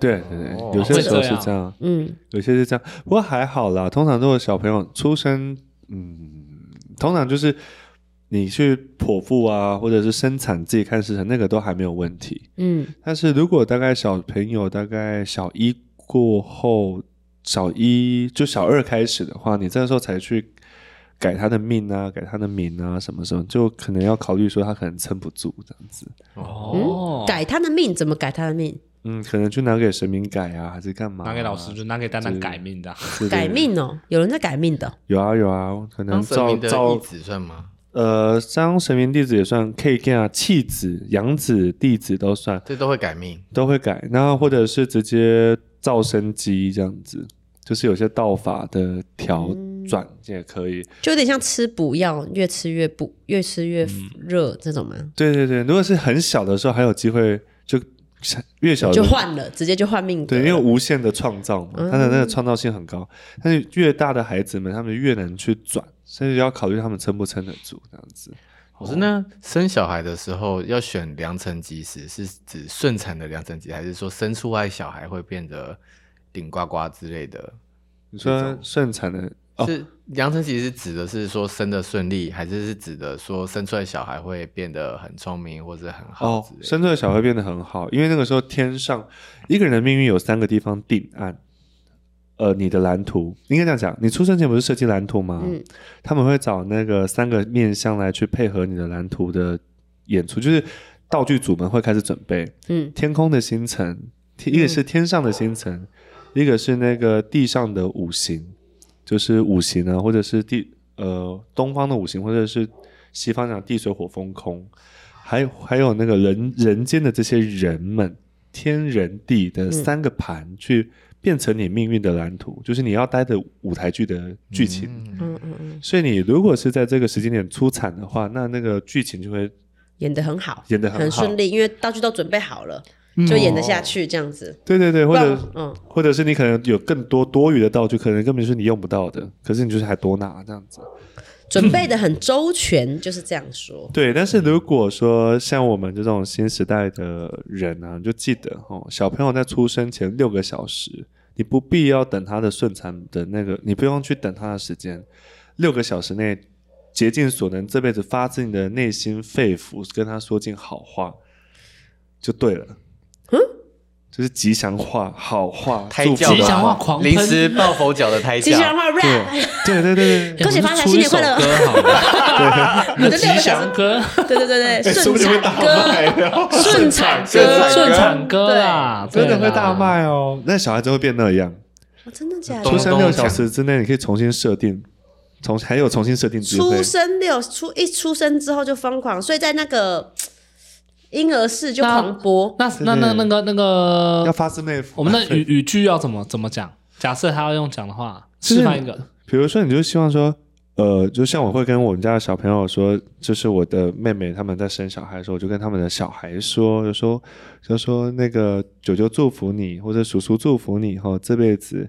对对对，
哦
有些时候是
会
这
这
样，
嗯，
有些是这样，不过还好啦。通常如果小朋友出生，嗯，通常就是你去剖腹啊，或者是生产自己看时辰，那个都还没有问题。
嗯，
但是如果大概小朋友大概小一过后，小一就小二开始的话，你这个时候才去改他的命啊，改他的名啊，什么什么，就可能要考虑说他可能撑不住这样子。
哦，
嗯改他的命怎么改他的命？
嗯，可能去拿给神明改啊，还是干嘛、
拿给老师，就拿给丹丹改命的。啊
之类的
改命哦、有人在改命的。
有啊有啊，可能
当神
照
明的义
照
子算吗？
呃，当神明弟子也算可以跟啊，弃子、养子、弟子都算，
这都会改命。
都会改。那或者是直接造生机这样子，就是有些道法的调转也可以。
就有点像吃补药，越吃越补，越吃越
嗯
热、这种吗？
对对对，如果是很小的时候，还有机会就越小的
就换了，直接就换命格
对，
了。
因为无限的创造嘛，
嗯
他的那个创造性很高。但是越大的孩子们，他们越难去转，甚至要考虑他们撑不撑得住这样子。
可是呢，生小孩的时候要选良辰吉时，是指顺产的良辰吉时，还是说生出来小孩会变得顶呱呱之类的？
你
这
说
种
顺产的哦
是良辰吉时指的是说生的顺利，还是是指的说生出来小孩会变得很聪明或者很好
哦
之，类的？
生出来小孩变得很好，因为那个时候天上一个人的命运有三个地方定案。呃，你的蓝图应该这样讲，你出生前不是设计蓝图吗？
嗯
他们会找那个三个面相来去配合你的蓝图的演出，就是道具组们会开始准备
嗯
天空的星辰，天一个是天上的星辰，一个是那个地上的五行，就是五行啊，或者是地呃东方的五行，或者是西方讲地水火风空，还有还有那嗯个人人间的这些人们，天人地的三个盘去。变成你命运的蓝图，就是你要待的舞台剧的剧情。
嗯
嗯嗯嗯，
所以你如果是在这个时间点出产的话，那那个剧情就会
演得很好，
演得很
很
好
顺利，因为道具都准备好了，就演得下去这样子。
对对对，
不
或
然
者
我嗯，
或者是你可能有更多多余的道具，可能根本是你用不到的，可是你就是还多拿这样子。
准备的很周全，就是这样说。
对，但是如果说像我们这种新时代的人啊，你就记得哦，小朋友在出生前六个小时，你不必要等他的顺产的那个，你不用去等他的时间，六个小时内竭尽所能，这辈子发自你的内心肺腑跟他说尽好话，就对了。
嗯，
就是吉祥话、好话、
胎
祝
教
福
的
吉祥话
啊
狂喷
临时抱佛脚的胎
吉祥
教，
话 rap，
对对对对，
恭喜发
哎
财，新年快乐！
歌好
[laughs]
了， [laughs]
我的六
吉
个小时
祥歌，
对对对对，顺
不定会
产歌，顺产歌，啊
顺产歌啦，
真的
对
会
啦
大。卖哦。那小孩子会变那样，
哦真的假
咚
出
的？
生
咚
六
锵
小时之内，你可以重新设定，重还有重新设定智慧
出。生六出一出生之后就疯狂，所以在那个嘖婴儿室就
那
狂播。
那那那那个那
要
个，
发自内啊腹。
我们的语语句要怎么怎么讲？假设他要用讲的话，
就是
示范一个。
比如说，你就希望说，呃，就像我会跟我们家的小朋友说，就是我的妹妹他们在生小孩的时候，我就跟他们的小孩说，就说就说那个舅舅祝福你，或者叔叔祝福你，哈、这辈子。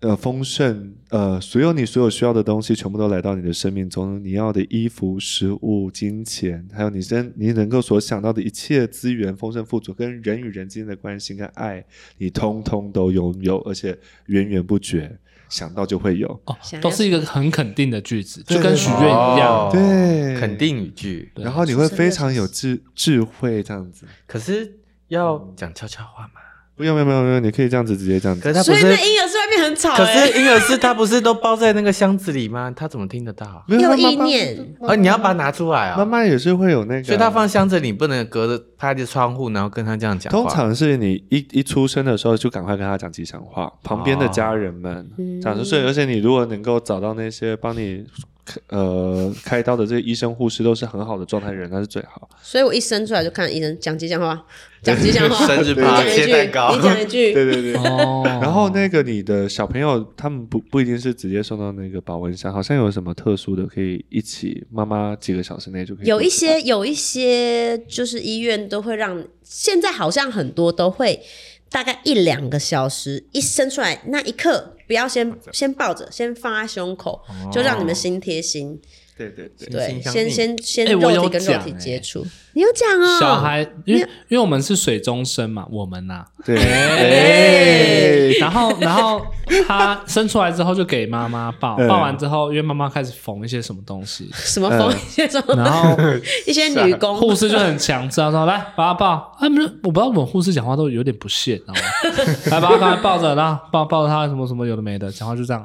呃，丰盛，呃，所有你所有需要的东西，全部都来到你的生命中。你要的衣服、食物、金钱，还有你真你能够所想到的一切资源，丰盛富足，跟人与人之间的关心跟爱，你通通都拥有，而且源源不绝，想到就会有。
哦
想，要
都是一个很肯定的句子，
对
就跟许愿一
哦
样。
对
肯定语句。
对
然后你会非常有智智慧这样子。
可是要讲悄悄话嘛？
不用不用不用不用，你可以这样子直接这样
可
子。
是他
所
不
以
是
那，婴儿室外面很吵
可
哎，
是婴儿室他不是都包在那个箱子里吗？他怎么听得到？啊
没有
有
妈妈
意念，
哦，你要把它拿出来啊、
妈妈也是会有那个，
所以他放箱子里，不能隔着他的窗户，然后跟他这样讲话。
通常是你一一出生的时候就赶快跟他讲吉祥话，旁边的家人们
嗯
讲说，所以而且你如果能够找到那些帮你呃开刀的这些医生护士都是很好的状态人，那是最好。
所以我一生出来就看医生讲吉祥话，讲吉祥话，
生日
你
趴
讲一
切
句，
蛋糕
你讲一句，
对对。
哦，
然后那个你的小朋友，他们不不一定是直接送到那个保温箱，好像有什么特殊的可以一起，妈妈几个小时内就可以。
有一些有一些就是医院都会让，现在好像很多都会大概一两个小时，一生出来那一刻，不要先先抱着，先放在胸口，就让你们心贴心，
对对对，
对，
心相
先
印
先先
哎我
肉体
有
跟肉
讲
体
哎
接触，你有讲哦，
小孩，因为
你
因为我们是水中生嘛，我们呐、
对，
哎
[laughs]
然后然后他生出来之后就给妈妈抱，
嗯
抱完之后，因为妈妈开始缝一些什么东西，
什么风
嗯
一些什么
然后
[laughs] 一些女工
护士就很强制，他啊说来把他抱，啊，没有，我不知道我们护士讲话都有点不屑，知道吗？来把他赶快抱着，然后抱抱着他什么什么有的没的，讲话就这样。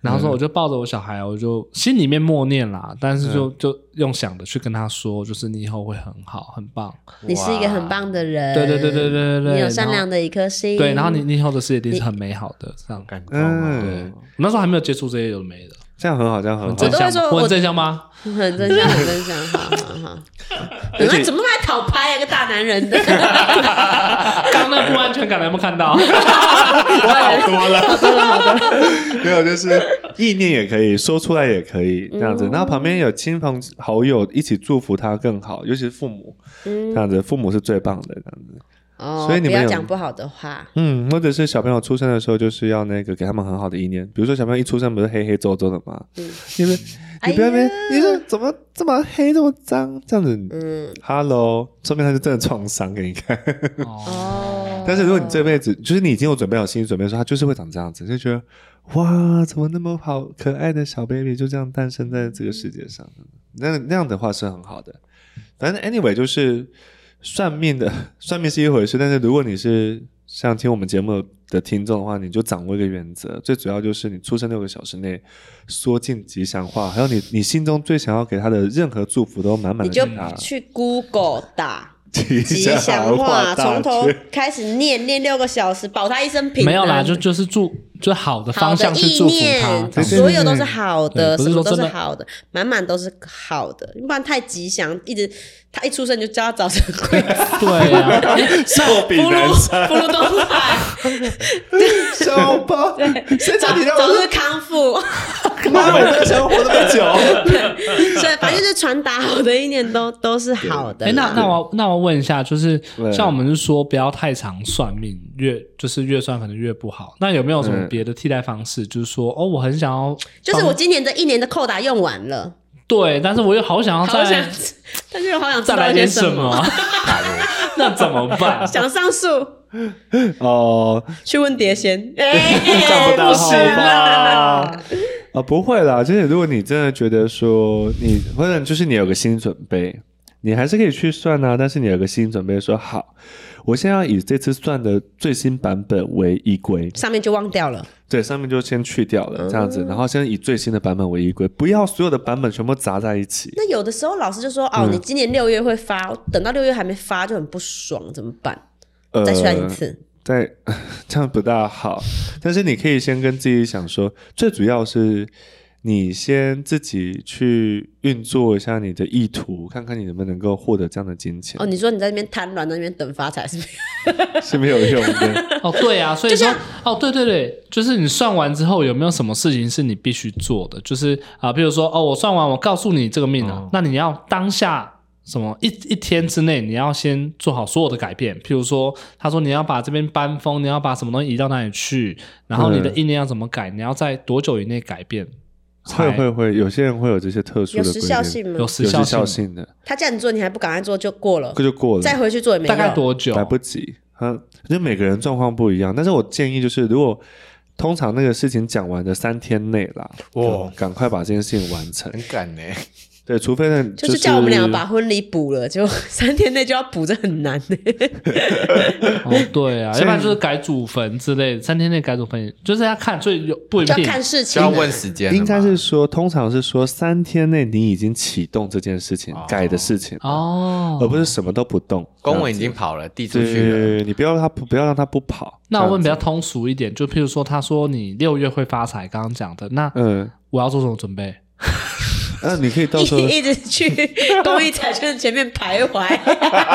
然后说我就抱着我小孩，啊我就心里面默念啦，但是就就用想的去跟他说，就是你以后会很好，很棒。
你是一个很棒的人，
对对对对对对对
你有
然后
善良的一颗心，
对，然后你你以后的事业一定是很美好的，这样。
感动吗？
对，
嗯
我，那时候还没有接触这些有的没的，
这样很好，这样很
很
好
正。
都会
向
说
吗？
我
我很正
[laughs]
向吗？
[laughs] 很正常，很正常，好好
[laughs]
好。
而且
那怎么来讨拍啊？一个大男人的，
刚刚那不安全感有没有
[laughs]
看到？
好多了，好多了，好多了。没有，就是意念也可以说出来，也可以这
嗯
样子。然后旁边有亲朋好友一起祝福他更好，尤其是父母这样子，父母是最棒的这样子。
嗯哦，
所以你
不
们
要
有
讲不好的话，
嗯，或者是小朋友出生的时候，就是要那个给他们很好的意念。比如说小朋友一出生不是黑黑皱皱的吗？你们你不
嗯哎
要别
呀，
你说怎么这么黑这么脏这样子
嗯，
？Hello，说明他是真的创伤给你看。
哦，
哦。
但是如果你这辈子就是你已经有准备好心理准备的时候，他就是会长这样子，就觉得哇，怎么那么好可爱的小 baby 就这样诞生在这个世界上？那那样的话是很好的。反正 anyway 就是算命的，算命是一回事，但是如果你是像听我们节目的听众的话，你就掌握一个原则，最主要就是你出生六个小时内说尽吉祥话，还有你你心中最想要给他的任何祝福都满满
你
的
就
给他。 [laughs]
去 Google 打
吉
吉祥话
话大
从头
全 [laughs]
开始念，念六个小时，保他一生平安。
没有啦，就就是祝就好的
好
方
的
向去
意
祝福他
念，
这样子。
所有都是好的，
对不
什
是
么都
说
是
真的
好的，满满都是好的，不然太吉祥，一直他一出生就叫他早生贵子，
[laughs]
对
[laughs]
啊，
寿比
福 [laughs]
南
如
山，
福如东
[laughs]
海，
小包，谁
早
叫你让
早日
我
康复。 [laughs]
[laughs] 妈，我都想要活那么久？
所以反正就是传达好的一念都都是好的啦。
哎，那那我那我问一下，就是
对
像我们是说不要太常算命，越就是越算可能越不好。那有没有什么
嗯
别的替代方式？就是说，哦，我很想要，
就是我今年这一年的扣打用完了，
对，但是我又好想要
好
哦再
想， [laughs] 但是又好想知
再
道
来
一些
点什
么，
么，那怎么 [laughs] 办？
想上树
[laughs] 哦，
去问碟仙， [laughs] 哎，
找不到
不行啦
吧？啊，不会啦，就是如果你真的觉得说你，或者就是你有个心理准备，你还是可以去算啊，但是你有个心理准备说好，我现在要以这次算的最新版本为依归，
[laughs] 上面就忘掉了。
对，上面就先去掉了这样子，然后先以最新的版本为依归，不要所有的版本全部砸在一起。
那有的时候老师就说：“哦，你今年六月会发，等到六月还没发就很不爽，怎么办？
呃，
再算一次。
在这样不大好，但是你可以先跟自己想说，最主要是你先自己去运作一下你的意图，看看你能不能够获得这样的金钱
哦，，你说你在那边瘫软，在那边等发财是不是？
呃是没有用
[laughs]
的。
哦，对啊，所以
就
说
像，
哦，对对对，就是你算完之后有没有什么事情是你必须做的？就是啊，比如说，哦，我算完，我告诉你这个命
嗯
啊，那你要当下什么一一天之内，你要先做好所有的改变。譬如说，他说你要把这边搬风，你要把什么东西移到哪里去，然后你的
嗯
意念要怎么改，你要在多久以内改变才
会会会，有些人会有这些特殊
有
的
时效
规
性
定，
吗
有？
有
时
时效
效？
性的，
他叫你做，你还不赶快做就过了
这，就过了，
再回去做也没
大概
用。
多久？啊
来不及。嗯，就每个人状况不一样，但是我建议就是，如果通常那个事情讲完的三天内啦，
哇
哇，赶快把这件事情完成。
很赶呢、
对，除非呢，
就是叫我们两个把婚礼补了，结果三天内就要 [laughs] 补，这很难呢。
哦，对
[laughs]
啊，要不然就是改祖坟之类的，三天内改祖坟，就是要看，所以有不一
就要
定。
看事
就
情
要
了。
问时间了嘛，
应该是说，通常是说三天内你已经启动这件事情、改的事情，
哦，
而不是什么都不动。
公文已经跑了，递出
这样子
去了，
对，你不要让他不不要让他不跑。
那我问比
这
较
样子
通俗一点，就譬如说，他说你六月会发财，刚刚讲的，那
嗯，
我要做什么
[laughs]
准备？
那你可以到
[laughs]
时候
一 [laughs] 一直去公益彩券前面徘
[laughs]
徊，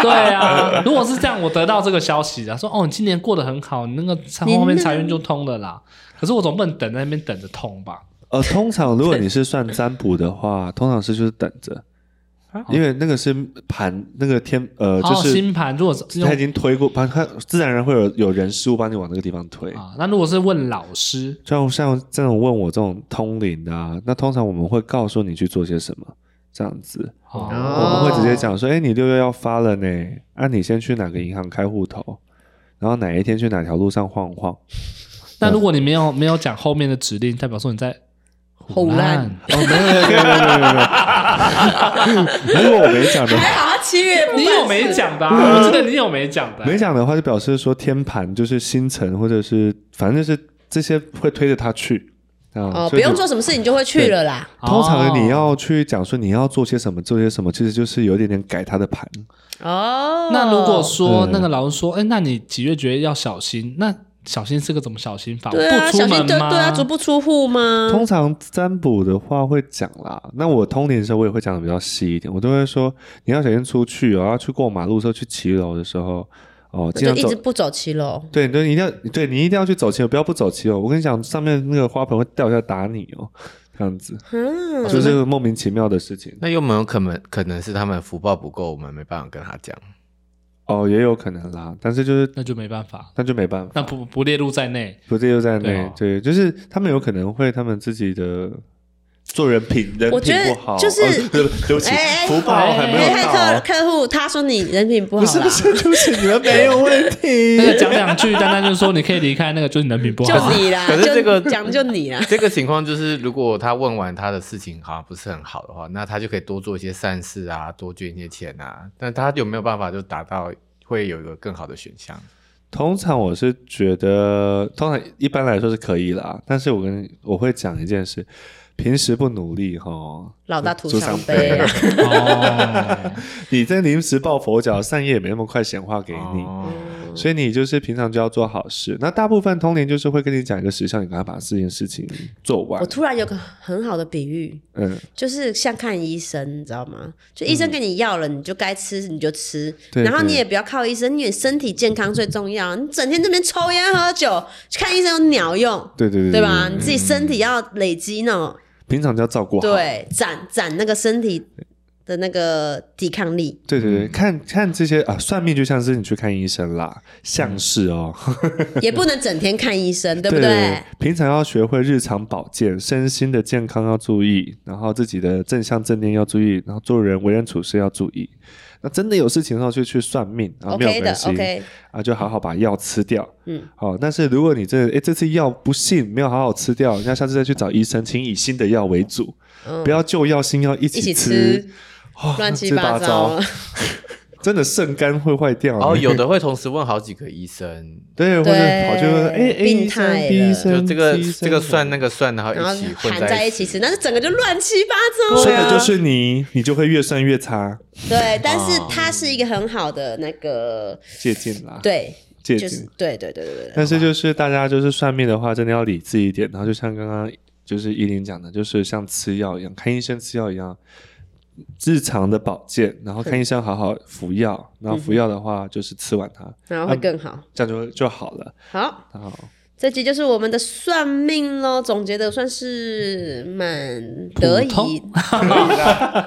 对啊，如果是这样，我得到这个消息啊，说哦，你今年过得很好，你那个财后面财运就通了啦。
嗯
可是我总不能等在那边等着痛吧？
呃，通常如果你是算占卜的话，通常是就是等着，因为那个是盘那个天呃，就
啊哦，
是
星盘如果是用
他已经推过，把它自然而然会有有人事物帮你往那个地方推。
啊，那如果是问老师，
像像这种问我这种通灵的啊，那通常我们会告诉你去做些什么，这样子。
哦，
哦
我们会直接讲说，哎、你六月要发了呢，啊，你先去哪个银行开户头，然后哪一天去哪条路上晃晃。
那如果你没有没有讲后面的指令，代表说你在
胡乱。
哦，没有没有没有没有没有没有。 [laughs] 如果我没讲的，
还好他七月不办
你
事
有没？讲
[laughs]
的、啊？我记得你有没讲的、
没讲的话，就表示说天盘就是星辰，或者是反正就是这些会推着他去啊。
哦，不
所以
用
你
做什么事，你就会去了啦。
通常你要去讲说你要做些什么，做些什么，其实就是有一点点改他的盘。
哦，
那如果说
对
那个老师说，哎、那你几月觉得要小心？那小心是个怎么小心法？
对啊，
不
小心
出门
对
吗？
对啊，足不出户吗？
通常占卜的话会讲啦，那我通灵的时候我也会讲的比较细一点，我都会说你要小心出去哦，要去过马路的时候，去骑楼的时候，哦，
我
尽
就
量
一
走
直。不走七楼。
对，对，你一定要，对你一定要去走骑楼，不要不走骑哦楼。我跟你讲，上面那个花盆会掉下来打你哦， [laughs] 这样子，
嗯，
就是个莫名其妙的事情
那有没有可能可能是他们福报不够，我们没办法跟他讲？
哦，也有可能啦。但是就是
那就没办法，
那就没办法，
那不不列入在内。
不是又在
对
内
啊，
对，就是他们有可能会他们自己的做人品人
我
品
觉得
不好，
就是
哦 [laughs] 对不对不起
哎哎，
福报还
因
没有
为
到
客
哦。
客户他说你人品不好
不是
啦
不，是，对不起，你们没有问
那个
题。
讲两句，丹丹就说你可以离开那个，就是你人品不好
就。你啦，
可是
就
这个
讲就你
[laughs]
啦。
这个情况就是，如果他问完他的事情好像不是很好的话，那他就可以多做一些善事啊，多捐一些钱啊。但他有没有办法就达到会有一个更好的选项？
[laughs] 通常我是觉得，通常一般来说是可以啦。但是我跟我会讲一件事，平时不努力哈，
老大徒
猪
伤
伤
悲啊。
[laughs] 哦，
[laughs] 你在临时抱佛脚，善业也没那么快显化
哦
给你。
哦
所以你就是平常就要做好事。那大部分通灵就是会跟你讲一个时效，你赶快把这件事情做完
我。突然有个很好的比喻，
嗯，
就是像看医生，你知道吗？就医生给你药了，你就该吃你就吃，
对
然后你
对
也不要靠医生，因为你身体健康最重要。你整天这边抽烟喝酒，去看医生有鸟用，
对对对
对吧？你自己身体要累积那种
平常就要照顾好。
对攒攒那个身体的那个抵抗
[laughs]
力。
对对对，看看这些啊，算命就像是你去看医生啦，像是哦，
也不能整天看医生，对不
对
对？
平常要学会日常保健，身心的健康要注意，然后自己的正向正念要注意，然后做人为人处事要注意。那真的有事情的时候就去算命啊，
OK
没有
的
关系
，OK，
啊，就好好把药吃掉。
嗯
嗯，好、但是如果你这哎这次药不幸没有好好吃掉，那下次再去找医生，请以新的药为主，
嗯
不要旧药新药一
一起
起
吃，
哦
乱七
这
八糟
糟，。真的肾肝会坏掉。
然后哦有的会同时问好几个医生，
对，或者跑去
对
问，哎，A
病
医
态的
生 B 医
就
生，
这个
C 医生
这个算那个算，然后
嗯然后
一起混
含在一
一
起
[laughs]
吃，那就整个就乱七八糟啊
说
了。
的就是你，你就会越算越差，
对，但是
哦
它是一个很好的那个，
借鉴啦，，
对，
借
就是
鉴。
对对对对对对，
但是就是大家就是算命的话，真的要理智一点。然后就像刚刚就是依林讲的，就是像吃药一样，看医生吃药一样，日常的保健，然后看医生好好服药，然后
嗯
服药的话就是吃完它，
然后会更好。
这样就就好了。
好，
好，
这集就是我们的算命喽，总结的算是蛮得
普通
意。 [laughs]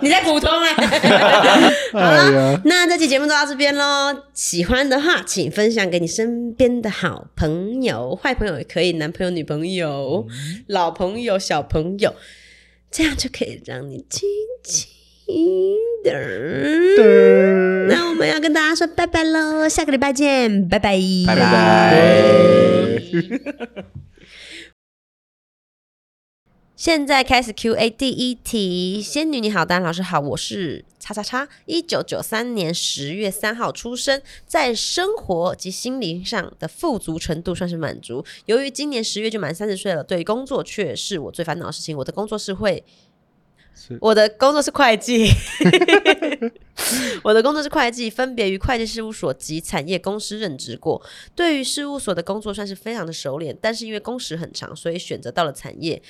你在普通哎、好了，那这期节目就到这边喽。喜欢的话，请分享给你身边的好朋友、坏朋友也可以，男朋友、女朋友、老朋友、小朋友，这样就可以让你轻轻的。那我们要跟大家说拜拜喽，下个礼拜见，拜拜，
拜拜。
现在开始 Q&A 第一题，仙女你好，丹老师好，我是叉叉叉，一九九三年十月三号出生，在生活及心灵上的富足程度算是满足。由于今年十月就满三十岁了，对于工作却是我最烦恼的事情。我的工作是会
是
我的工作是会计， [laughs] 我的工作是会计，分别于会计事务所及产业公司任职过。对于事务所的工作算是非常的熟练，但是因为工时很长，所以选择到了产业，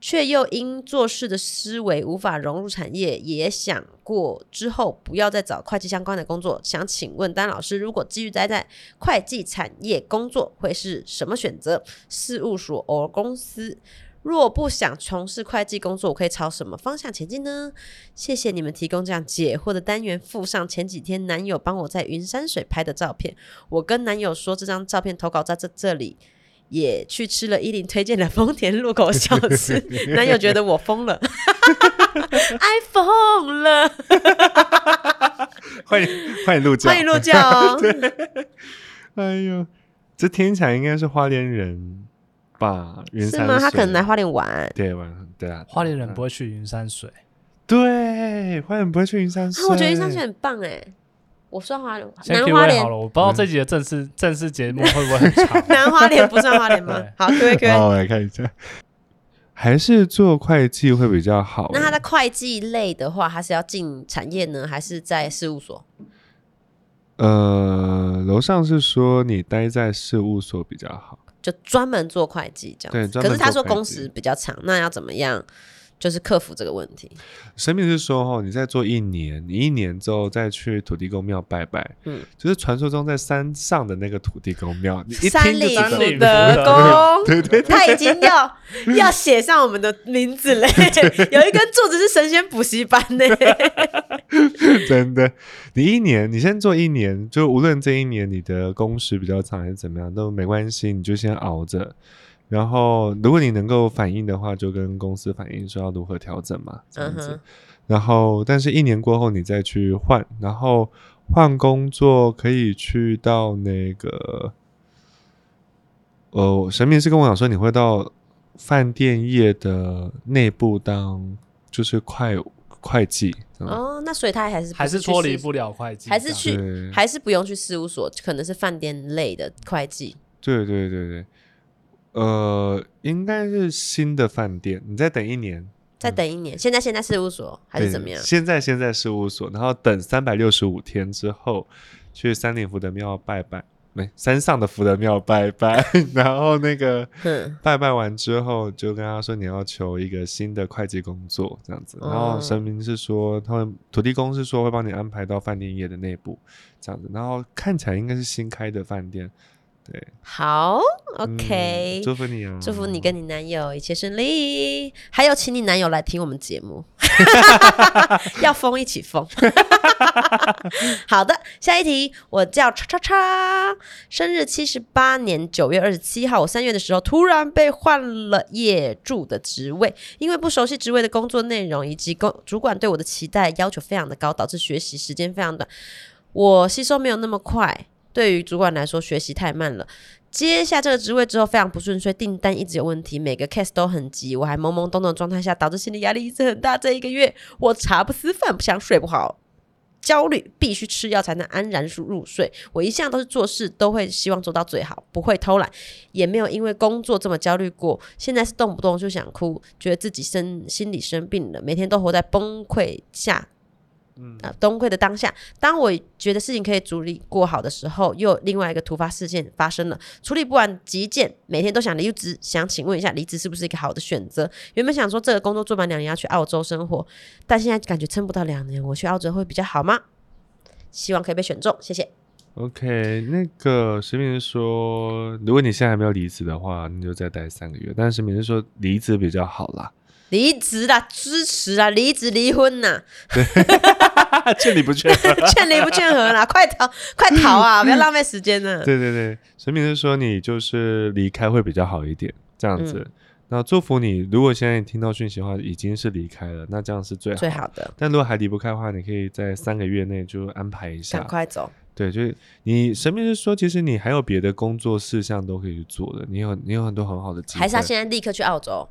却又因做事的思维无法融入产业，也想过之后不要再找会计相关的工作。想请问丹老师，如果继续待在会计产业工作，会是什么选择？事务所或公司？若不想从事会计工作，我可以朝什么方向前进呢？谢谢你们提供这样解惑的单元，附上前几天男友帮我在云山水拍的照片。我跟男友说这张照片投稿在这这里，也去吃了依林推荐的丰田路口小
[laughs]
吃。男友觉得我疯了，iPhone 了，
欢迎欢迎陆教
欢迎落教
[laughs]
哦。
哎呦，这听起来应该是花莲人吧？云
是
山
吗？他
水
可能来花莲玩。
对晚上对啊，
花莲人不会去云山水，
对花莲不会去云山
啊
水，，
我觉得云山水很棒哎，我算花莲，
先
南
Q
花
A
莲
好，了，我不知道这集的正式正式节目会不会很长。
南花莲不算花莲吗
对？
好，Q A Q A。
哦，我来看一下，还是做会计会比较好。
那他在会计类的话，他是要进产业呢，还是在事务所？
呃，楼上是说你待在事务所比较好，
就专门做会计这样
对
子？
专
可
门
是他说
做会计
工时比较长，那要怎么样？就是克服这个问题。
神明是说哦，你再做一年，你一年之后再去土地公庙拜拜，
嗯
嗯，就是传说中在山上的那个土地公庙，你 [laughs] 一
三
听
里
就知道
三里
福
福德
德宫，他已经要要写上我们的名字
[laughs]
嘞，有一根柱子是神仙补习班嘞，
嗯
真的，你一年，你先做一年，就无论这一年你的工时比较长还是怎么样都没关系，你就先熬着。然后，如果你能够反映的话，就跟公司反映说要如何调整嘛，这样子。
嗯哼
然后，但是一年过后你再去换，然后换工作可以去到那个，呃，神明是跟我讲说你会到饭店业的内部当就是快会计，这样
哦，那所以他还是不
还是
去
脱离
事
不了会计这
[laughs] 还
样，
是去
对
还是不用去事务所，可能是饭店类的会计。
对对对对，呃，应该是新的饭店，你再等一年
再等一年，现在现在事务所还是
对
怎么样？
现在先在事务所，然后等三百六十五天之后，去山顶福德庙拜拜，没山上的福德庙拜拜， [laughs] 然后
[laughs]
那个
哼，
拜拜完之后，就跟他说你要求一个新的会计工作这样子，然后
哦
神明是说他们土地公是说会帮你安排到饭店业的内部这样子，然后看起来应该是新开的饭店，对
好
嗯
，OK，、
祝福你啊，
祝福你跟你男友一切顺利，还有请你男友来听我们节目， [laughs] 要疯一起疯。 [laughs] 好的，下一题，我叫叉叉叉，生日七十八年九月二十七号，我三月的时候突然被换了业助的职位，因为不熟悉职位的工作内容以及工主管对我的期待要求非常的高，导致学习时间非常短，我吸收没有那么快。对于主管来说，学习太慢了。接下这个职位之后非常不顺遂，订单一直有问题，每个 case 都很急，我还懵懵懂懂的状态下，导致心理压力一直很大。这一个月我茶不思饭不想，睡不好，焦虑，必须吃药才能安然入入睡。我一向都是做事都会希望做到最好，不会偷懒，也没有因为工作这么焦虑过。现在是动不动就想哭，觉得自己生心理生病了，每天都活在崩溃下。嗯啊，崩溃的当下，当我觉得事情可以处理过好的时候，又有另外一个突发事件发生了。处理不完急件，每天都想离职，想请问一下，离职是不是一个好的选择？原本想说这个工作做满两年要去澳洲生活，但现在感觉撑不到两年，我去澳洲会比较好吗？希望可以被选中，谢谢。
OK，那个石明是说，如果你现在还没有离职的话，你就再待三个月。但是石明是说离职比较好啦，
离职啦，支持啦，离职离婚呐， [laughs]
啊劝你不 [laughs] 劝。
劝离不劝和啦， [laughs] 快逃快逃
[laughs]
啊！不要浪费时间呢、
对对对，石明是说你就是离开会比较好一点，这样
嗯
子。那祝福你，如果现在你听到讯息的话，已经是离开了，那这样是最好。
最好的，
但如果还离不开的话，你可以在三个月内就安排一下。
赶快走。
对，就是你神明是说，其实你还有别的工作事项都可以去做的，你有你有很多很好的机会。
还是他现在立刻去澳洲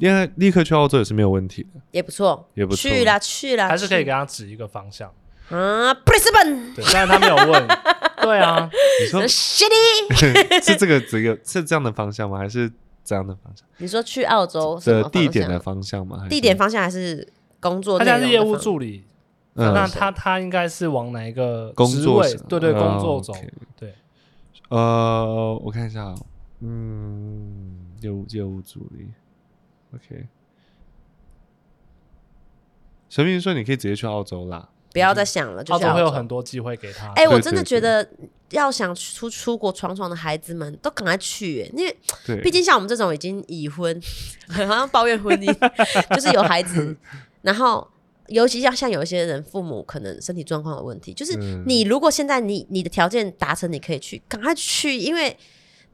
因为立刻去澳洲也是没有问题的。
也不错，
也不错
去啦去啦，
还是可以
去
给他指一个方向。
啊，Brisbane
对，虽然他没有
[laughs]
问，对啊，
你说
City，
[laughs] 是这个这个是这样的方向吗？还是这样的方向？
你说去澳洲什么
的
方
地点啊
向
的方向吗？还是
地点方向还是工作
他
内
现
容
在
的方？
是业务助理，
嗯
那他他应该是往哪一个
工
职
作
位
上？
对对，
哦
工作走
OK。
对，
呃，我看一下哦，嗯，业务业务助理，OK。神明说你可以直接去澳洲啦，
不要再想了，就
澳
是
洲会有
洲
很多机会给他。
哎、我
对
真的
对
觉得要想出出国闯闯的孩子们，都赶快去耶，因为
对，
毕竟像我们这种已经已婚， [laughs] 好像抱怨婚姻，就是有孩
[laughs]
子，然后尤其像像有一些人父母可能身体状况有问题，就是
嗯
你如果现在你你的条件达成，你可以去，赶快去，因为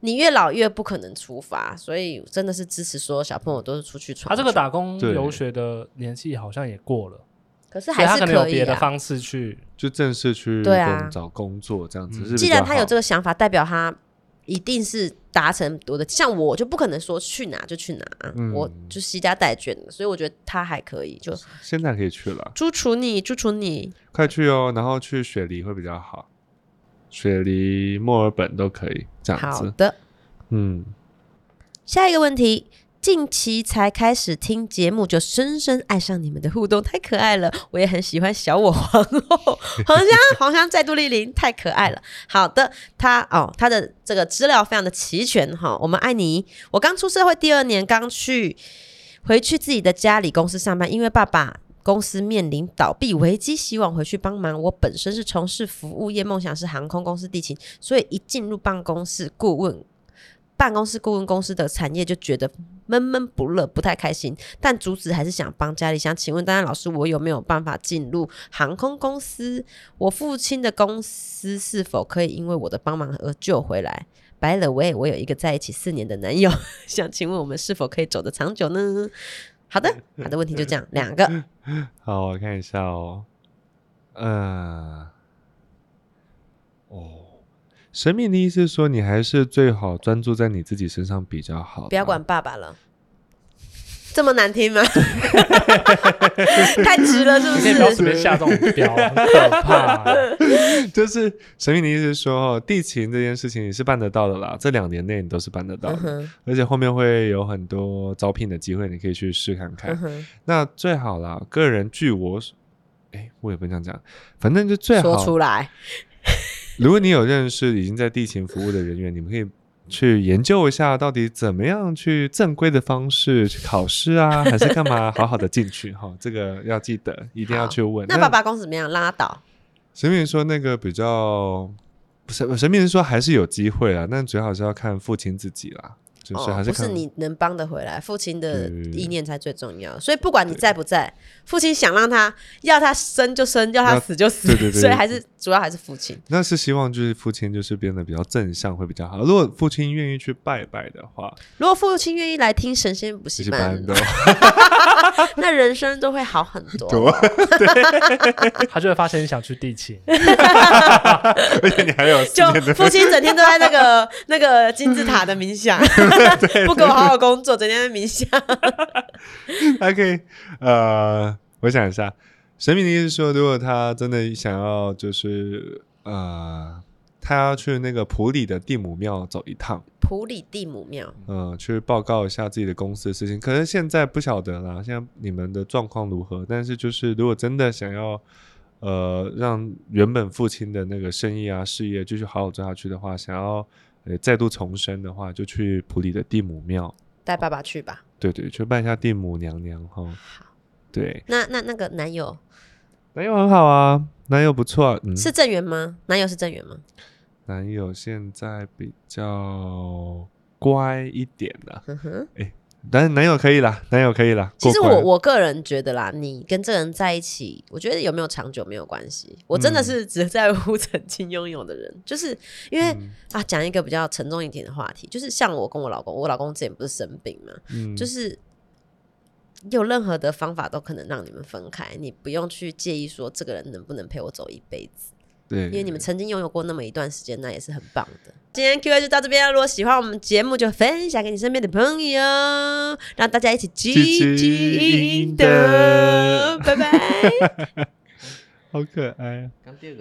你越老越不可能出发，所以真的是支持所有小朋友都是出去闯
他
闯。
这个打工
对
游学的年纪好像也过了，
可是
所以
还
他
是
可能有
可以
别的
啊。
方式去。
就正式去
对啊嗯
工找工作这样子是比较好。
既然他有这
个，
个想法，代表他一定是达成我的。像我就不可能说去哪就去哪啊，
嗯
我就惜家带眷的，所以我觉得他还可以。就
现在可以去了，
祝福你，祝福你。
快去哦，然后去雪梨会比较好，雪梨、墨尔本都可以这样
好
子。
的，
嗯，
下一个问题。近期才开始听节目，就深深爱上你们的互动，太可爱了！我也很喜欢小我皇后黄香，黄香再度莅临，太可爱了。好的，他哦，他的这个资料非常的齐全哈，我们爱你。我刚出社会第二年，刚去回去自己的家里公司上班，因为爸爸。公司面临倒闭危机，希望回去帮忙。我本身是从事服务业，梦想是航空公司地勤，所以一进入办公室，顾问办公室顾问公司的产业就觉得闷闷不乐，不太开心。但主旨还是想帮家里。想请问丹丹老师，我有没有办法进入航空公司？我父亲的公司是否可以因为我的帮忙而救回来？By the way，我有一个在一起四年的男友，想请问我们是否可以走得长久呢？
嗯
好的，好的，问题就这样，两个。
好，我看一下哦。呃，哦，神明的意思是说，你还是最好专注在你自己身上比较好，
不要管。爸爸了。这么
[laughs]
难听吗？太直了，是不
你可以不要
是？
随便下这种标，很可怕。
[clears throat]
啊
[laughs]
就是神秘的意思是说，哦，地勤这件事情你是办得到的啦，这两年内你都是办得到
嗯
的，
哼，
而且后面会有很多招聘的机会，你可以去试看看
嗯。哼，
那最好啦，个人据我所，哎，我也不想讲，反正就
哎
最
说
好。
出来。
如果你有认识已经在地勤服务的人员，你们可以去研究一下，到底怎么样去正规的方式去考试啊，还是干嘛，好好的进去哈、这个要记得，一定要去问。
那爸爸公怎么样？拉倒。
神明说那个比较，不是神明说还是有机会啦，但主要还是要看父亲自己啦，就是还
哦，
是
不
看、
是你能帮得回来，父亲的
对
意念才最重要。所以不管你在不在，父亲想让他要他生就生，要他
要
死就死。
对对对
所以还是主要还是父亲。
那是希望就是父亲就是变得比较正向会比较好。如果父亲愿意去拜拜的话，
如果父亲愿意来听神仙补
就
习
是
班
班，的
那人生都会好很
[laughs]
多。
他就会发现你想去地勤，
而且你还有四
就
年的
父亲整天都在那个 [laughs] 那个金字塔的冥
[laughs]
想，不给我好好工作，整天在冥想。
[laughs] 还可以，呃，我想一下，神明的意思是说，如果他真的想要，就是呃，他要去那个普里的地母庙走一趟，
普里蒂姆庙，
呃，去报告一下自己的公司的事情。可是现在不晓得啦，现在你们的状况如何？但是就是，如果真的想要。呃，让原本父亲的那个生意啊、事业继续好好做下去的话，想要呃再度重生的话，就去普里的地母庙，
带爸爸去吧。
对对，去拜一下地母娘娘哈。对，
那那那个男友
男友很好啊，男友不错、啊，嗯，
是正缘吗？男友是正缘吗？
男友现在比较乖一点啦，
哼哼。
但男友可以啦，男友可以啦。
其实
过关
我我个人觉得啦，你跟这个人在一起，我觉得有没有长久没有关系。我真的是
嗯
只在乎曾经拥有的人， [laughs] 就是因为、
嗯
啊，讲一个比较沉重一点的话题，就是像我跟我老公，我老公之前不是生病嘛，
嗯
就是有任何的方法都可能让你们分开，你不用去介意说这个人能不能陪我走一辈子，
对，
因为你们曾经拥有过那么一段时间，那也是很棒的。今天 Q&A 就到这边了，如果喜欢我们节目，就分享给你身边的朋友，让大家一起积极赢得，拜拜。
好可爱啊。
刚第二个